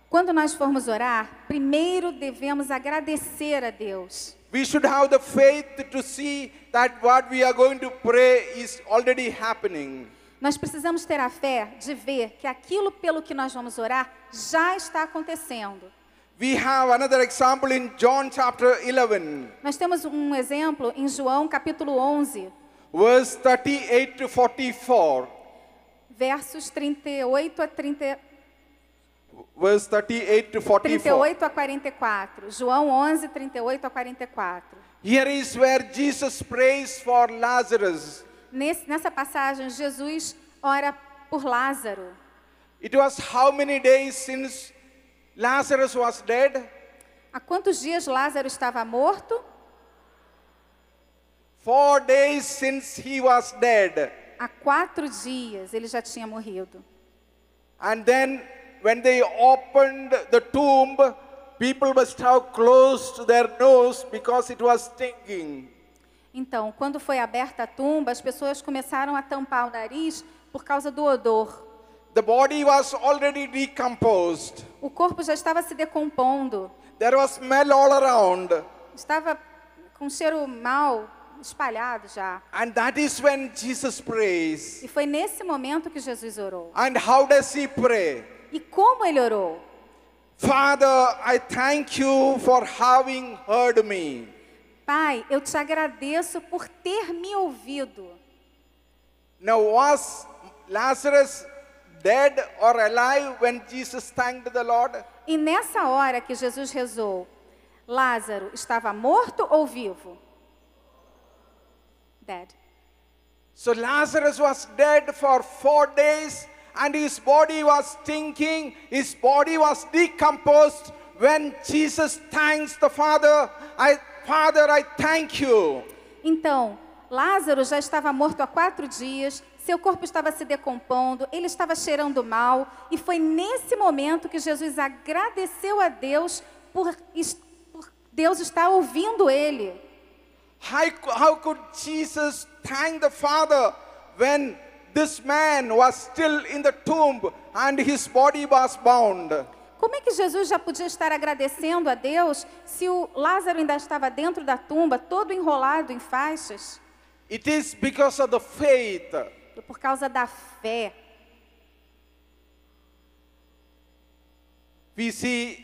[SPEAKER 3] Quando nós formos orar, primeiro devemos agradecer a Deus.
[SPEAKER 2] We should have the faith to see that what we are going to pray is already happening.
[SPEAKER 3] Nós precisamos ter a fé de ver que aquilo pelo que nós vamos orar já está acontecendo.
[SPEAKER 2] We have another example in John chapter 11,
[SPEAKER 3] Nós temos um exemplo em João capítulo 11,
[SPEAKER 2] verse 38 to 44.
[SPEAKER 3] versos 38 a 30,
[SPEAKER 2] Verse 38 to 44.
[SPEAKER 3] 38 a 44. João 11, 38 a 44.
[SPEAKER 2] Here is where Jesus prays for Lazarus.
[SPEAKER 3] Nesse, nessa passagem, Jesus ora por Lázaro.
[SPEAKER 2] It was how many days since Lazarus was dead?
[SPEAKER 3] Há quantos dias Lázaro estava morto?
[SPEAKER 2] Four days since he was dead.
[SPEAKER 3] Há quatro dias ele já tinha morrido.
[SPEAKER 2] And then when they opened the tomb, people must have closed their nose because it was stinking.
[SPEAKER 3] Então, quando foi aberta a tumba, as pessoas começaram a tampar o nariz por causa do odor.
[SPEAKER 2] The body was already decomposed.
[SPEAKER 3] O corpo já estava se decompondo,
[SPEAKER 2] There was smell all around.
[SPEAKER 3] estava com um cheiro mal espalhado já.
[SPEAKER 2] And that is when Jesus prays.
[SPEAKER 3] E foi nesse momento que Jesus orou.
[SPEAKER 2] And how does he pray?
[SPEAKER 3] E como ele orou?
[SPEAKER 2] Father, I thank you for having heard me.
[SPEAKER 3] Pai, eu te agradeço por ter me ouvido.
[SPEAKER 2] Now, was Lazarus dead or alive when Jesus thanked the Lord?
[SPEAKER 3] E nessa hora que Jesus rezou, Lázaro estava morto ou vivo? Dead.
[SPEAKER 2] So Lazarus was dead for four days, and his body was stinking, his body was decomposed. When Jesus thanks the Father, I Father, I thank you.
[SPEAKER 3] Então, Lázaro já estava morto há quatro dias, seu corpo estava se decompondo, ele estava cheirando mal, e foi nesse momento que Jesus agradeceu a Deus por, es- por Deus estar ouvindo ele.
[SPEAKER 2] How, how could Jesus thank the Father when this man was still in the tomb and his body was bound?
[SPEAKER 3] Como é que Jesus já podia estar agradecendo a Deus se o Lázaro ainda estava dentro da tumba, todo enrolado em faixas?
[SPEAKER 2] It is because of the faith.
[SPEAKER 3] Por causa da fé.
[SPEAKER 2] We see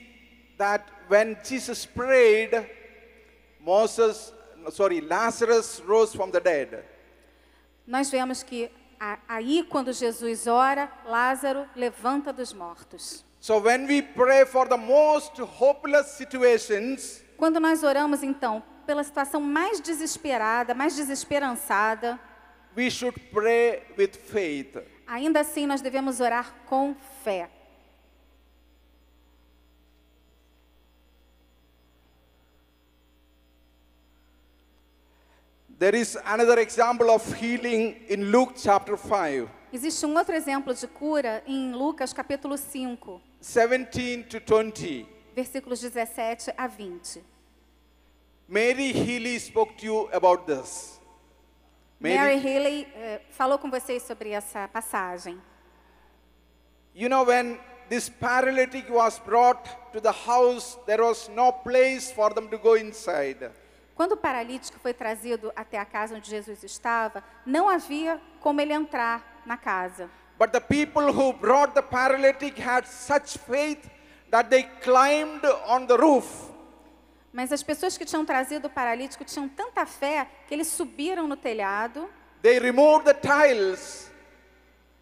[SPEAKER 2] that when Jesus prayed, Moses sorry, Lazarus rose from the dead.
[SPEAKER 3] Nós vemos que a- aí, quando Jesus ora, Lázaro levanta dos mortos.
[SPEAKER 2] So when we pray for the most hopeless situations,
[SPEAKER 3] Quando nós oramos, então, pela situação mais desesperada, mais desesperançada,
[SPEAKER 2] we should pray with faith.
[SPEAKER 3] ainda assim nós devemos orar com fé.
[SPEAKER 2] There is another example of healing in Luke chapter 5,
[SPEAKER 3] Existe um outro exemplo de cura em Lucas capítulo 5,
[SPEAKER 2] 17 to 20.
[SPEAKER 3] versículos 17 a 20.
[SPEAKER 2] Mary Healy spoke to you about this.
[SPEAKER 3] Mary Healy eh, falou com vocês sobre essa passagem.
[SPEAKER 2] You know, when this paralytic was brought to the house, there was no place for them to go inside.
[SPEAKER 3] Quando o paralítico foi trazido até a casa onde Jesus estava, não havia como ele entrar na casa.
[SPEAKER 2] But the people who brought the paralytic had such faith that they climbed on the roof.
[SPEAKER 3] Mas as pessoas que tinham trazido o paralítico tinham tanta fé que eles subiram no telhado,
[SPEAKER 2] They removed the tiles.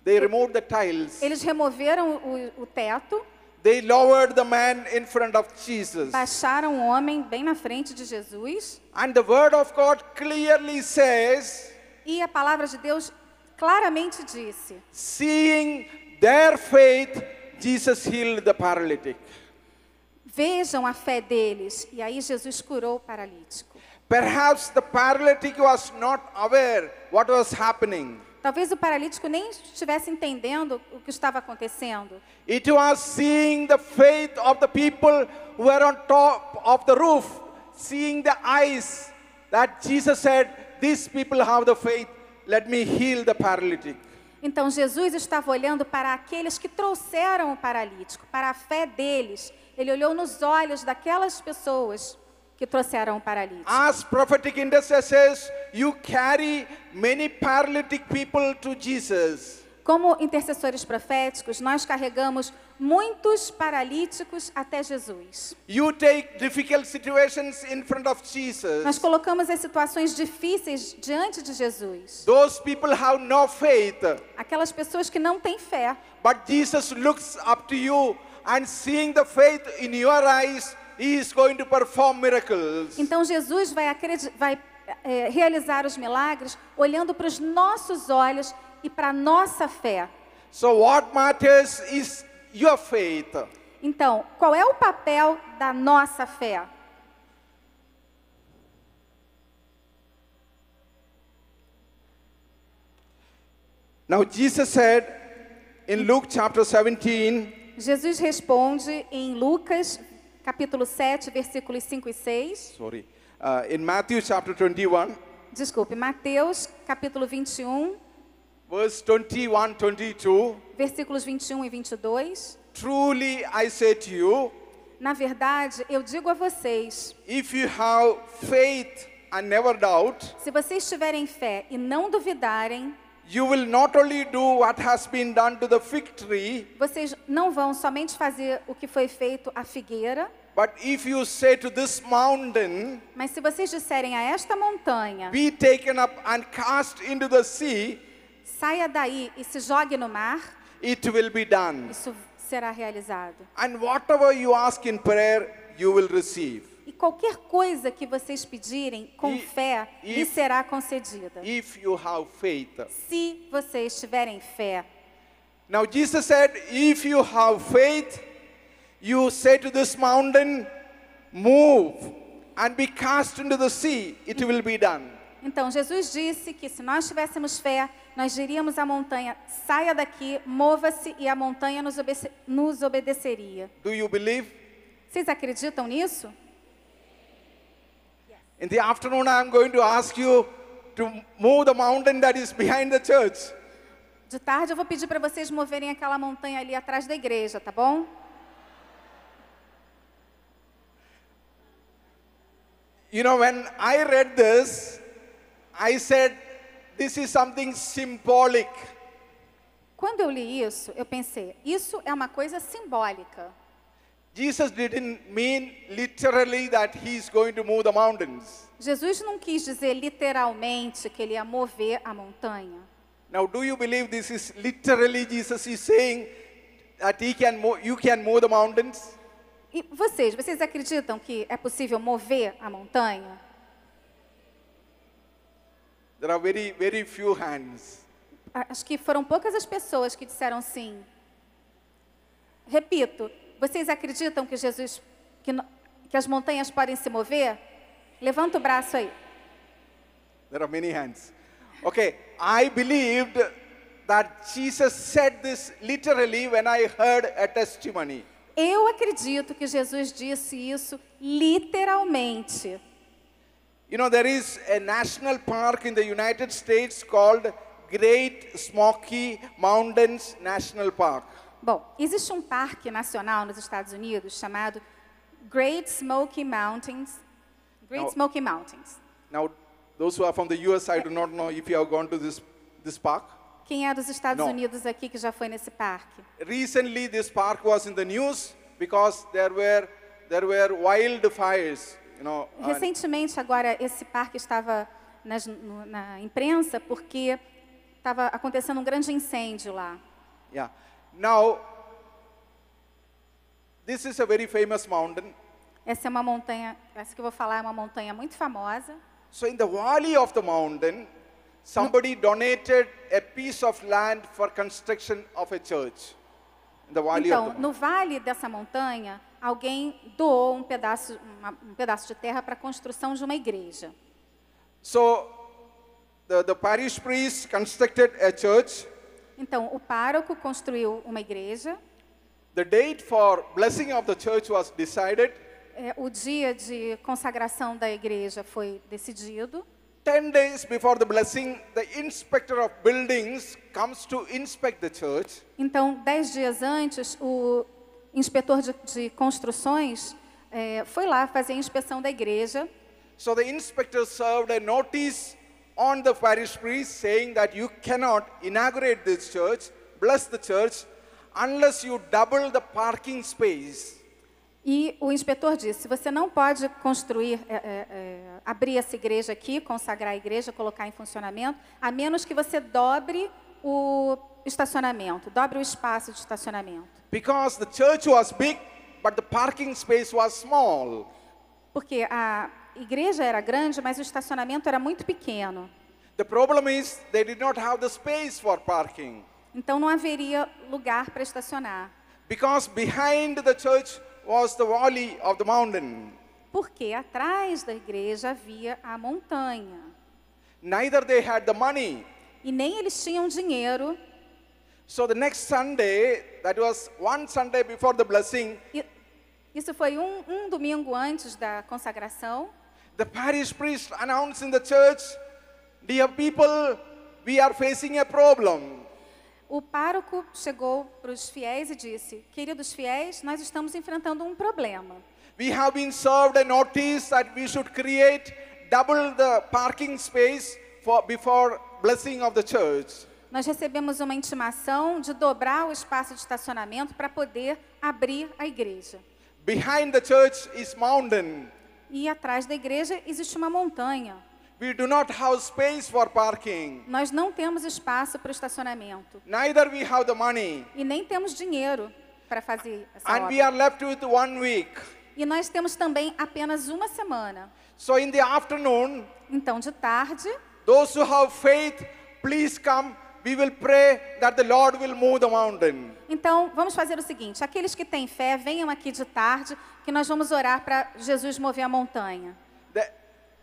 [SPEAKER 2] They removed the tiles.
[SPEAKER 3] eles removeram o, o teto,
[SPEAKER 2] They lowered the man in front of Jesus.
[SPEAKER 3] baixaram o homem bem na frente de Jesus,
[SPEAKER 2] And the word of God clearly says,
[SPEAKER 3] e a palavra de Deus claramente disse:
[SPEAKER 2] seeing their faith, Jesus healed the paralytic.
[SPEAKER 3] Vejam a fé deles. E aí Jesus curou o paralítico.
[SPEAKER 2] Perhaps the paralytic was not aware what was happening.
[SPEAKER 3] Talvez o paralítico nem estivesse entendendo o que estava acontecendo.
[SPEAKER 2] It was seeing the faith of the people who were on top of the roof, seeing the eyes that Jesus said, These people have the faith, let me heal the paralytic.
[SPEAKER 3] Então Jesus estava olhando para aqueles que trouxeram o paralítico, para a fé deles. Ele olhou nos olhos daquelas pessoas que trouxeram o paralítico.
[SPEAKER 2] As prophetic intercessors, you carry many paralytic people to Jesus.
[SPEAKER 3] Como intercessores proféticos, nós carregamos muitos paralíticos até Jesus.
[SPEAKER 2] You take difficult situations in front of
[SPEAKER 3] Nós
[SPEAKER 2] Jesus.
[SPEAKER 3] colocamos as situações difíceis diante de Jesus.
[SPEAKER 2] Those people have no faith.
[SPEAKER 3] Aquelas pessoas que não têm fé.
[SPEAKER 2] But Jesus looks up to you and seeing the faith in your eyes, he is going to perform miracles.
[SPEAKER 3] Então Jesus vai, acredi- vai, eh, realizar os milagres olhando para os nossos olhos e para a nossa fé.
[SPEAKER 2] So what matters is your faith.
[SPEAKER 3] Então, qual é o papel da nossa fé?
[SPEAKER 2] Now Jesus said in Luke chapter 17,
[SPEAKER 3] Jesus responde em Lucas, capítulo 7, versículos 5 e 6.
[SPEAKER 2] sorry, uh, in Matthew chapter 21,
[SPEAKER 3] Desculpe, Mateus, capítulo 21,
[SPEAKER 2] verse 21, 22,
[SPEAKER 3] versículos 21 e 22.
[SPEAKER 2] truly I say to you,
[SPEAKER 3] Na verdade, eu digo a vocês,
[SPEAKER 2] if you have faith and never doubt,
[SPEAKER 3] se vocês tiverem fé e não duvidarem,
[SPEAKER 2] you will not only do what has been done to the fig tree,
[SPEAKER 3] vocês não vão somente fazer o que foi feito à figueira,
[SPEAKER 2] But if you say to this mountain,
[SPEAKER 3] Mas se vocês disserem a esta montanha,
[SPEAKER 2] be taken up and cast into the sea,
[SPEAKER 3] saia daí e se jogue no mar,
[SPEAKER 2] it will be done.
[SPEAKER 3] isso será realizado.
[SPEAKER 2] And whatever you ask in prayer, you will receive.
[SPEAKER 3] E qualquer coisa que vocês pedirem com
[SPEAKER 2] E-
[SPEAKER 3] fé
[SPEAKER 2] e-
[SPEAKER 3] lhe será concedida.
[SPEAKER 2] If you have faith.
[SPEAKER 3] se vocês tiverem fé.
[SPEAKER 2] Now, Jesus said, if you have faith, you say to this mountain, move and be cast into the sea, it will be done.
[SPEAKER 3] Então Jesus disse que se nós tivéssemos fé, nós diríamos à montanha: saia daqui, mova-se e a montanha nos, obede- nos obedeceria.
[SPEAKER 2] Do you believe?
[SPEAKER 3] Vocês acreditam nisso?
[SPEAKER 2] In the afternoon, I am going to ask you to move the mountain that is behind the church.
[SPEAKER 3] De tarde eu vou pedir para vocês moverem aquela montanha ali atrás da igreja, tá bom?
[SPEAKER 2] You know, when I read this, I said, this is something symbolic.
[SPEAKER 3] Quando eu li isso, eu pensei, isso é uma coisa simbólica.
[SPEAKER 2] Jesus didn't mean literally that he is going to move the mountains.
[SPEAKER 3] Jesus não quis dizer literalmente que ele ia mover a montanha.
[SPEAKER 2] Now, do you believe this is literally Jesus is saying that he can move, you can move the mountains?
[SPEAKER 3] E vocês, vocês acreditam que é possível mover a montanha?
[SPEAKER 2] There are very, very few hands.
[SPEAKER 3] A- Acho que foram poucas as pessoas que disseram sim. Repito, vocês acreditam que Jesus, que, no- que as montanhas podem se mover? Levanta o braço aí.
[SPEAKER 2] There are many hands. Okay, I believed that Jesus said this literally when I heard a testimony.
[SPEAKER 3] Eu acredito que Jesus disse isso literalmente.
[SPEAKER 2] You know, there is a national park in the United States called Great Smoky Mountains National Park.
[SPEAKER 3] Bom, existe um parque nacional nos Estados Unidos chamado Great Smoky Mountains. Great
[SPEAKER 2] Não.
[SPEAKER 3] Smoky Mountains.
[SPEAKER 2] Now, those who are from the US, I do not know if you have gone to this, this park.
[SPEAKER 3] Quem é dos Estados
[SPEAKER 2] Não.
[SPEAKER 3] Unidos aqui que já foi nesse parque?
[SPEAKER 2] Recently, this park was in the news because there were, there were wildfires, you know. and-
[SPEAKER 3] Recentemente, agora, esse parque estava nas- no- na imprensa porque estava acontecendo um grande incêndio lá.
[SPEAKER 2] yeah. Now, this is a very famous mountain.
[SPEAKER 3] Essa é uma montanha, essa que eu vou falar é uma montanha muito famosa.
[SPEAKER 2] So in the valley of the mountain, somebody donated a piece of land for construction of a church. In the valley of
[SPEAKER 3] Então,
[SPEAKER 2] the mountain.
[SPEAKER 3] no vale dessa montanha, alguém doou um pedaço, uma- um pedaço de terra para a construção de uma igreja.
[SPEAKER 2] So the, the parish priest constructed a church.
[SPEAKER 3] Então, o pároco construiu uma igreja.
[SPEAKER 2] The date for blessing of the church was decided.
[SPEAKER 3] é, o dia de consagração da igreja foi decidido.
[SPEAKER 2] 10 days before the blessing, the inspector of buildings comes to inspect the church.
[SPEAKER 3] Então, dez dias antes, o inspetor de, de construções é, foi lá fazer a inspeção da igreja.
[SPEAKER 2] So the inspector served a notice on the parish priest saying that you cannot inaugurate this church, bless the church, unless you double the parking space.
[SPEAKER 3] E o inspetor disse: você não pode construir, é, é, é, abrir essa igreja aqui, consagrar a igreja, colocar em funcionamento, a menos que você dobre o estacionamento, dobre o espaço de estacionamento.
[SPEAKER 2] Because the church was big, but the parking space was small.
[SPEAKER 3] Porque a igreja era grande, mas o estacionamento era muito pequeno.
[SPEAKER 2] The problem is they did not have the space for parking.
[SPEAKER 3] Então não haveria lugar para estacionar.
[SPEAKER 2] Because behind the church was the valley of the mountain.
[SPEAKER 3] Porque atrás da igreja havia a montanha.
[SPEAKER 2] Neither they had the money.
[SPEAKER 3] E nem eles tinham dinheiro.
[SPEAKER 2] So the next Sunday, that was one Sunday before the blessing,
[SPEAKER 3] E isso foi um, um domingo antes da consagração.
[SPEAKER 2] The parish priest announced in the church, Dear people, we are facing a problem.
[SPEAKER 3] O pároco chegou para os fiéis e disse: Queridos fiéis, nós estamos enfrentando um problema.
[SPEAKER 2] We have been served a notice that we should create double the parking space for before blessing of the church.
[SPEAKER 3] Nós recebemos uma intimação de dobrar o espaço de estacionamento para poder abrir a igreja.
[SPEAKER 2] Behind the church is mountain.
[SPEAKER 3] E atrás da igreja existe uma montanha.
[SPEAKER 2] We do not have space for parking.
[SPEAKER 3] Nós não temos espaço para o estacionamento.
[SPEAKER 2] Neither we have the money.
[SPEAKER 3] E nem temos dinheiro para fazer essa
[SPEAKER 2] And
[SPEAKER 3] obra.
[SPEAKER 2] we are left with one week.
[SPEAKER 3] E nós temos também apenas uma semana.
[SPEAKER 2] So in the afternoon,
[SPEAKER 3] Então, de tarde,
[SPEAKER 2] those who have faith, please come. We will pray that the Lord will move the mountain.
[SPEAKER 3] então vamos fazer o seguinte: aqueles que têm fé, venham aqui de tarde, que nós vamos orar para Jesus mover a montanha.
[SPEAKER 2] The-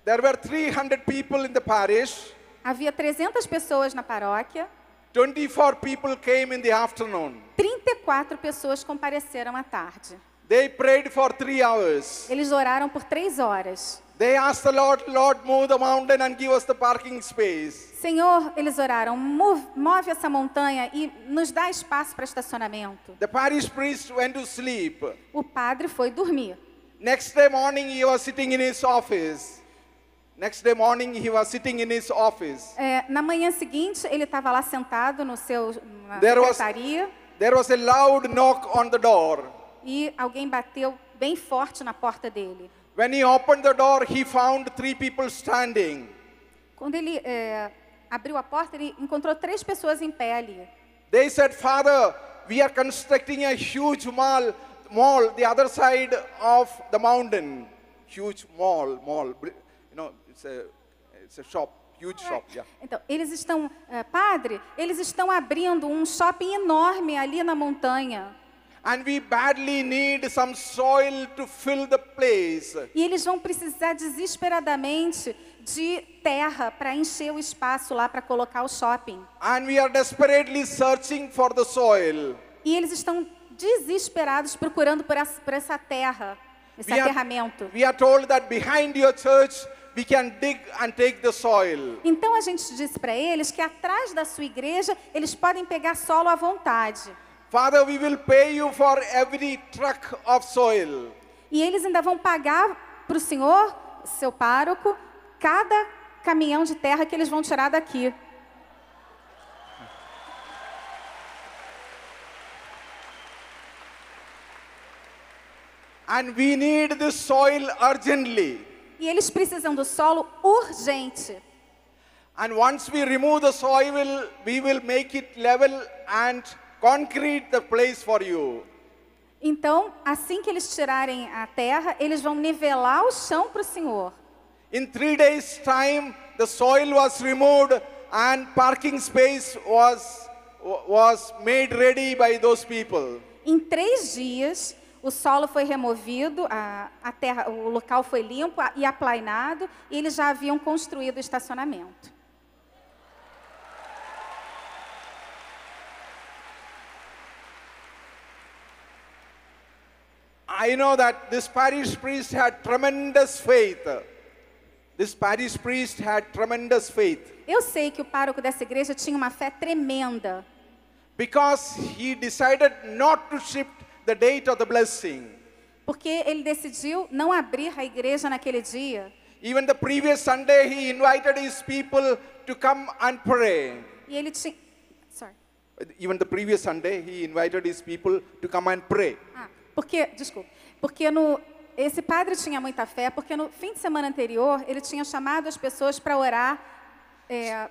[SPEAKER 2] There were 300 people in the parish.
[SPEAKER 3] Havia 300 pessoas na paróquia,
[SPEAKER 2] 24 people came in the afternoon.
[SPEAKER 3] 34 pessoas compareceram à tarde.
[SPEAKER 2] They prayed for three hours.
[SPEAKER 3] Eles oraram por três horas.
[SPEAKER 2] They asked the Lord, Lord, move the mountain and give us the parking space.
[SPEAKER 3] Senhor, eles oraram, "Mo- move essa montanha e nos dá espaço para estacionamento.
[SPEAKER 2] The parish priest went to sleep.
[SPEAKER 3] O padre foi dormir.
[SPEAKER 2] Next day morning, he was sitting in his office. Next day morning, he was sitting in his office.
[SPEAKER 3] É, na manhã seguinte, ele estava lá sentado no seu na
[SPEAKER 2] There was-
[SPEAKER 3] secretaria
[SPEAKER 2] There was a loud knock on the door.
[SPEAKER 3] e alguém bateu bem forte na porta dele.
[SPEAKER 2] When he opened the door, he found three people standing.
[SPEAKER 3] Quando ele é, abriu a porta, ele encontrou três pessoas em pé ali.
[SPEAKER 2] They said, Father, we are constructing a huge mall, mall the other side of the mountain. Huge mall, mall. br- You know, it's a, it's a shop, huge shop. Yeah.
[SPEAKER 3] Então, eles estão, é, padre, eles estão abrindo um shopping enorme ali na montanha.
[SPEAKER 2] And we badly need some soil to fill the place.
[SPEAKER 3] E eles vão precisar desesperadamente de terra para encher o espaço lá para colocar o shopping.
[SPEAKER 2] And we are desperately searching for the soil.
[SPEAKER 3] E eles estão desesperados procurando por essa, por essa terra, esse
[SPEAKER 2] We
[SPEAKER 3] aterramento.
[SPEAKER 2] are, we are told that behind your church, we can dig and take the soil.
[SPEAKER 3] Então a gente disse para eles que atrás da sua igreja eles podem pegar solo à vontade.
[SPEAKER 2] Father, we will pay you for every truck of soil.
[SPEAKER 3] E eles ainda vão pagar para o senhor, seu pároco, cada caminhão de terra que eles vão tirar daqui.
[SPEAKER 2] And we need this soil urgently.
[SPEAKER 3] E eles precisam do solo urgente.
[SPEAKER 2] And once we remove the soil, we will make it level and concrete the place for you.
[SPEAKER 3] Então, assim que eles tirarem a terra, eles vão nivelar o chão para o senhor.
[SPEAKER 2] In three days' time, the soil was removed and parking space was, was made ready by those people.
[SPEAKER 3] Em três dias, o solo foi removido, a, a terra, o local foi limpo e aplainado, e eles já haviam construído o estacionamento.
[SPEAKER 2] I know that this parish priest had tremendous faith. This parish priest had tremendous faith
[SPEAKER 3] Eu sei que o pároco dessa igreja tinha uma fé tremenda,
[SPEAKER 2] because he decided not to shift the date of the blessing.
[SPEAKER 3] porque ele decidiu não abrir a igreja naquele dia.
[SPEAKER 2] Even the previous Sunday, he invited his people to come and pray.
[SPEAKER 3] E ele tinha. Sorry.
[SPEAKER 2] Even the previous Sunday, he invited his people to come and pray.
[SPEAKER 3] Ah, porque, desculpa, porque no, esse padre tinha muita fé, porque no fim de semana anterior ele tinha chamado as pessoas para orar é,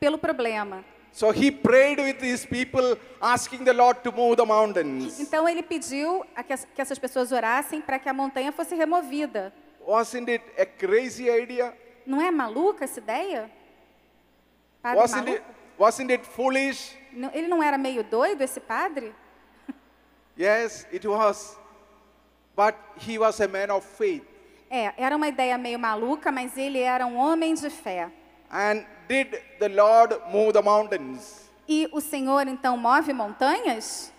[SPEAKER 3] pelo problema.
[SPEAKER 2] So he prayed with his people, asking the Lord to move the mountains.
[SPEAKER 3] Então ele pediu a que, as- que essas pessoas orassem para que a montanha fosse removida.
[SPEAKER 2] Wasn't it a crazy idea?
[SPEAKER 3] Não é maluca essa ideia? Padre
[SPEAKER 2] Wasn't it,
[SPEAKER 3] maluco?
[SPEAKER 2] wasn't it foolish?
[SPEAKER 3] Não- Ele não era meio doido, esse padre?
[SPEAKER 2] Yes, it was. But he was a man of faith
[SPEAKER 3] É, era uma ideia meio maluca, mas ele era um homem de fé.
[SPEAKER 2] and did the Lord move the mountains.
[SPEAKER 3] E o Senhor então move montanhas?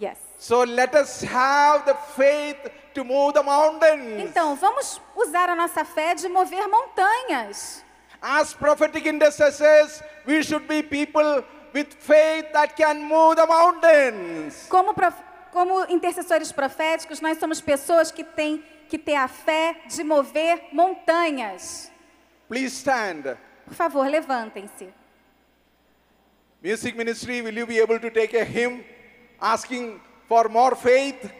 [SPEAKER 3] Yes.
[SPEAKER 2] So let us have the faith to move the mountains.
[SPEAKER 3] Então, vamos usar a nossa fé de mover montanhas.
[SPEAKER 2] As prophetic intercessors, we should be people with faith that can move the mountains.
[SPEAKER 3] Como, prof- como intercessores proféticos, nós somos pessoas que têm que ter a fé de mover montanhas.
[SPEAKER 2] Please stand.
[SPEAKER 3] Por favor, levantem-se.
[SPEAKER 2] Music ministry, will you be able to take a hymn asking for more faith?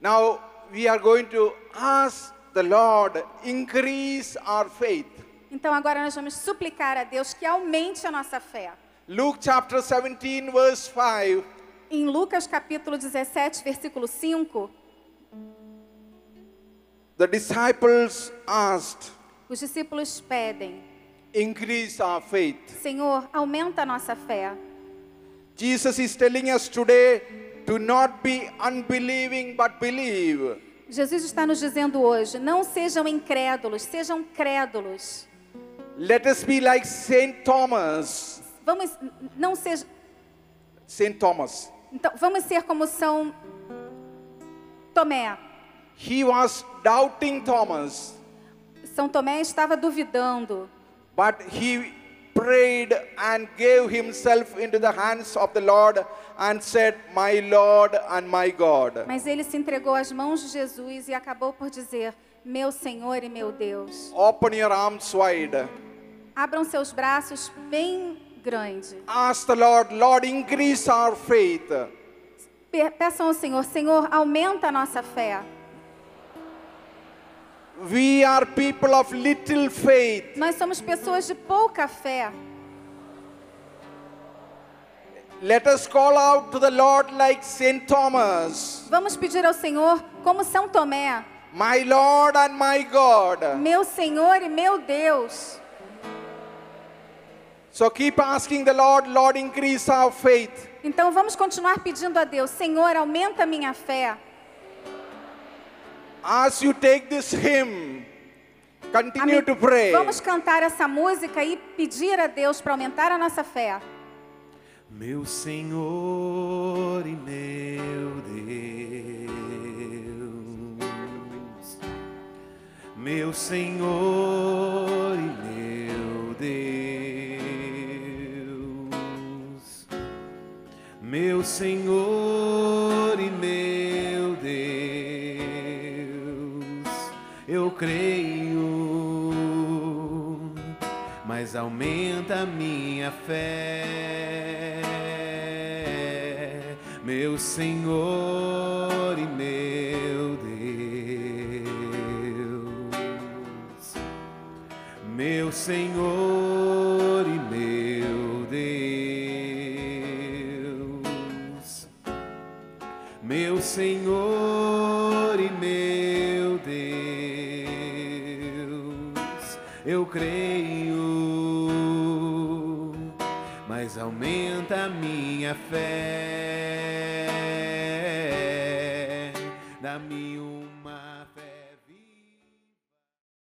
[SPEAKER 2] Now we are going to ask the Lord increase our faith.
[SPEAKER 3] Então, agora nós vamos suplicar a Deus que aumente a nossa fé.
[SPEAKER 2] Luke chapter 17 verse 5.
[SPEAKER 3] Em Lucas capítulo 17, versículo 5,
[SPEAKER 2] The disciples asked,
[SPEAKER 3] os discípulos pedem:
[SPEAKER 2] increase our faith.
[SPEAKER 3] Senhor, aumenta a nossa fé.
[SPEAKER 2] Jesus is telling us today to not be unbelieving but believe.
[SPEAKER 3] Jesus está nos dizendo hoje: não sejam incrédulos, sejam crédulos.
[SPEAKER 2] Let us be like Saint Thomas.
[SPEAKER 3] Vamos, não seja,
[SPEAKER 2] Saint Thomas.
[SPEAKER 3] Então, vamos ser como São Tomé.
[SPEAKER 2] He was doubting Thomas,
[SPEAKER 3] São Tomé estava duvidando,
[SPEAKER 2] but he prayed and gave himself into the hands of the Lord and said, My Lord and my God.
[SPEAKER 3] mas ele se entregou às mãos de Jesus e acabou por dizer: meu Senhor e meu Deus.
[SPEAKER 2] Open your arms wide.
[SPEAKER 3] Abram seus braços bem grande.
[SPEAKER 2] Ask the Lord, Lord, increase our faith.
[SPEAKER 3] Pe- Peçam ao Senhor, Senhor, aumenta a nossa fé.
[SPEAKER 2] We are people of little faith.
[SPEAKER 3] Nós somos pessoas de pouca fé.
[SPEAKER 2] Let us call out to the Lord like St. Thomas,
[SPEAKER 3] Vamos pedir ao Senhor, como São Tomé,
[SPEAKER 2] my Lord and my God.
[SPEAKER 3] meu Senhor e meu Deus.
[SPEAKER 2] So keep asking the Lord, Lord, increase our faith.
[SPEAKER 3] Então vamos continuar pedindo a Deus, Senhor, aumenta a minha fé.
[SPEAKER 2] As you take this hymn, continue to pray.
[SPEAKER 3] Vamos cantar essa música e pedir a Deus para aumentar a nossa fé.
[SPEAKER 4] Meu Senhor e meu Deus, meu Senhor e meu Deus, meu Senhor e meu Deus, eu creio, mas aumenta a minha fé, meu Senhor e meu Deus, meu Senhor e meu Deus meu Senhor e meu Deus, eu creio, mas aumenta a minha fé, dá-me o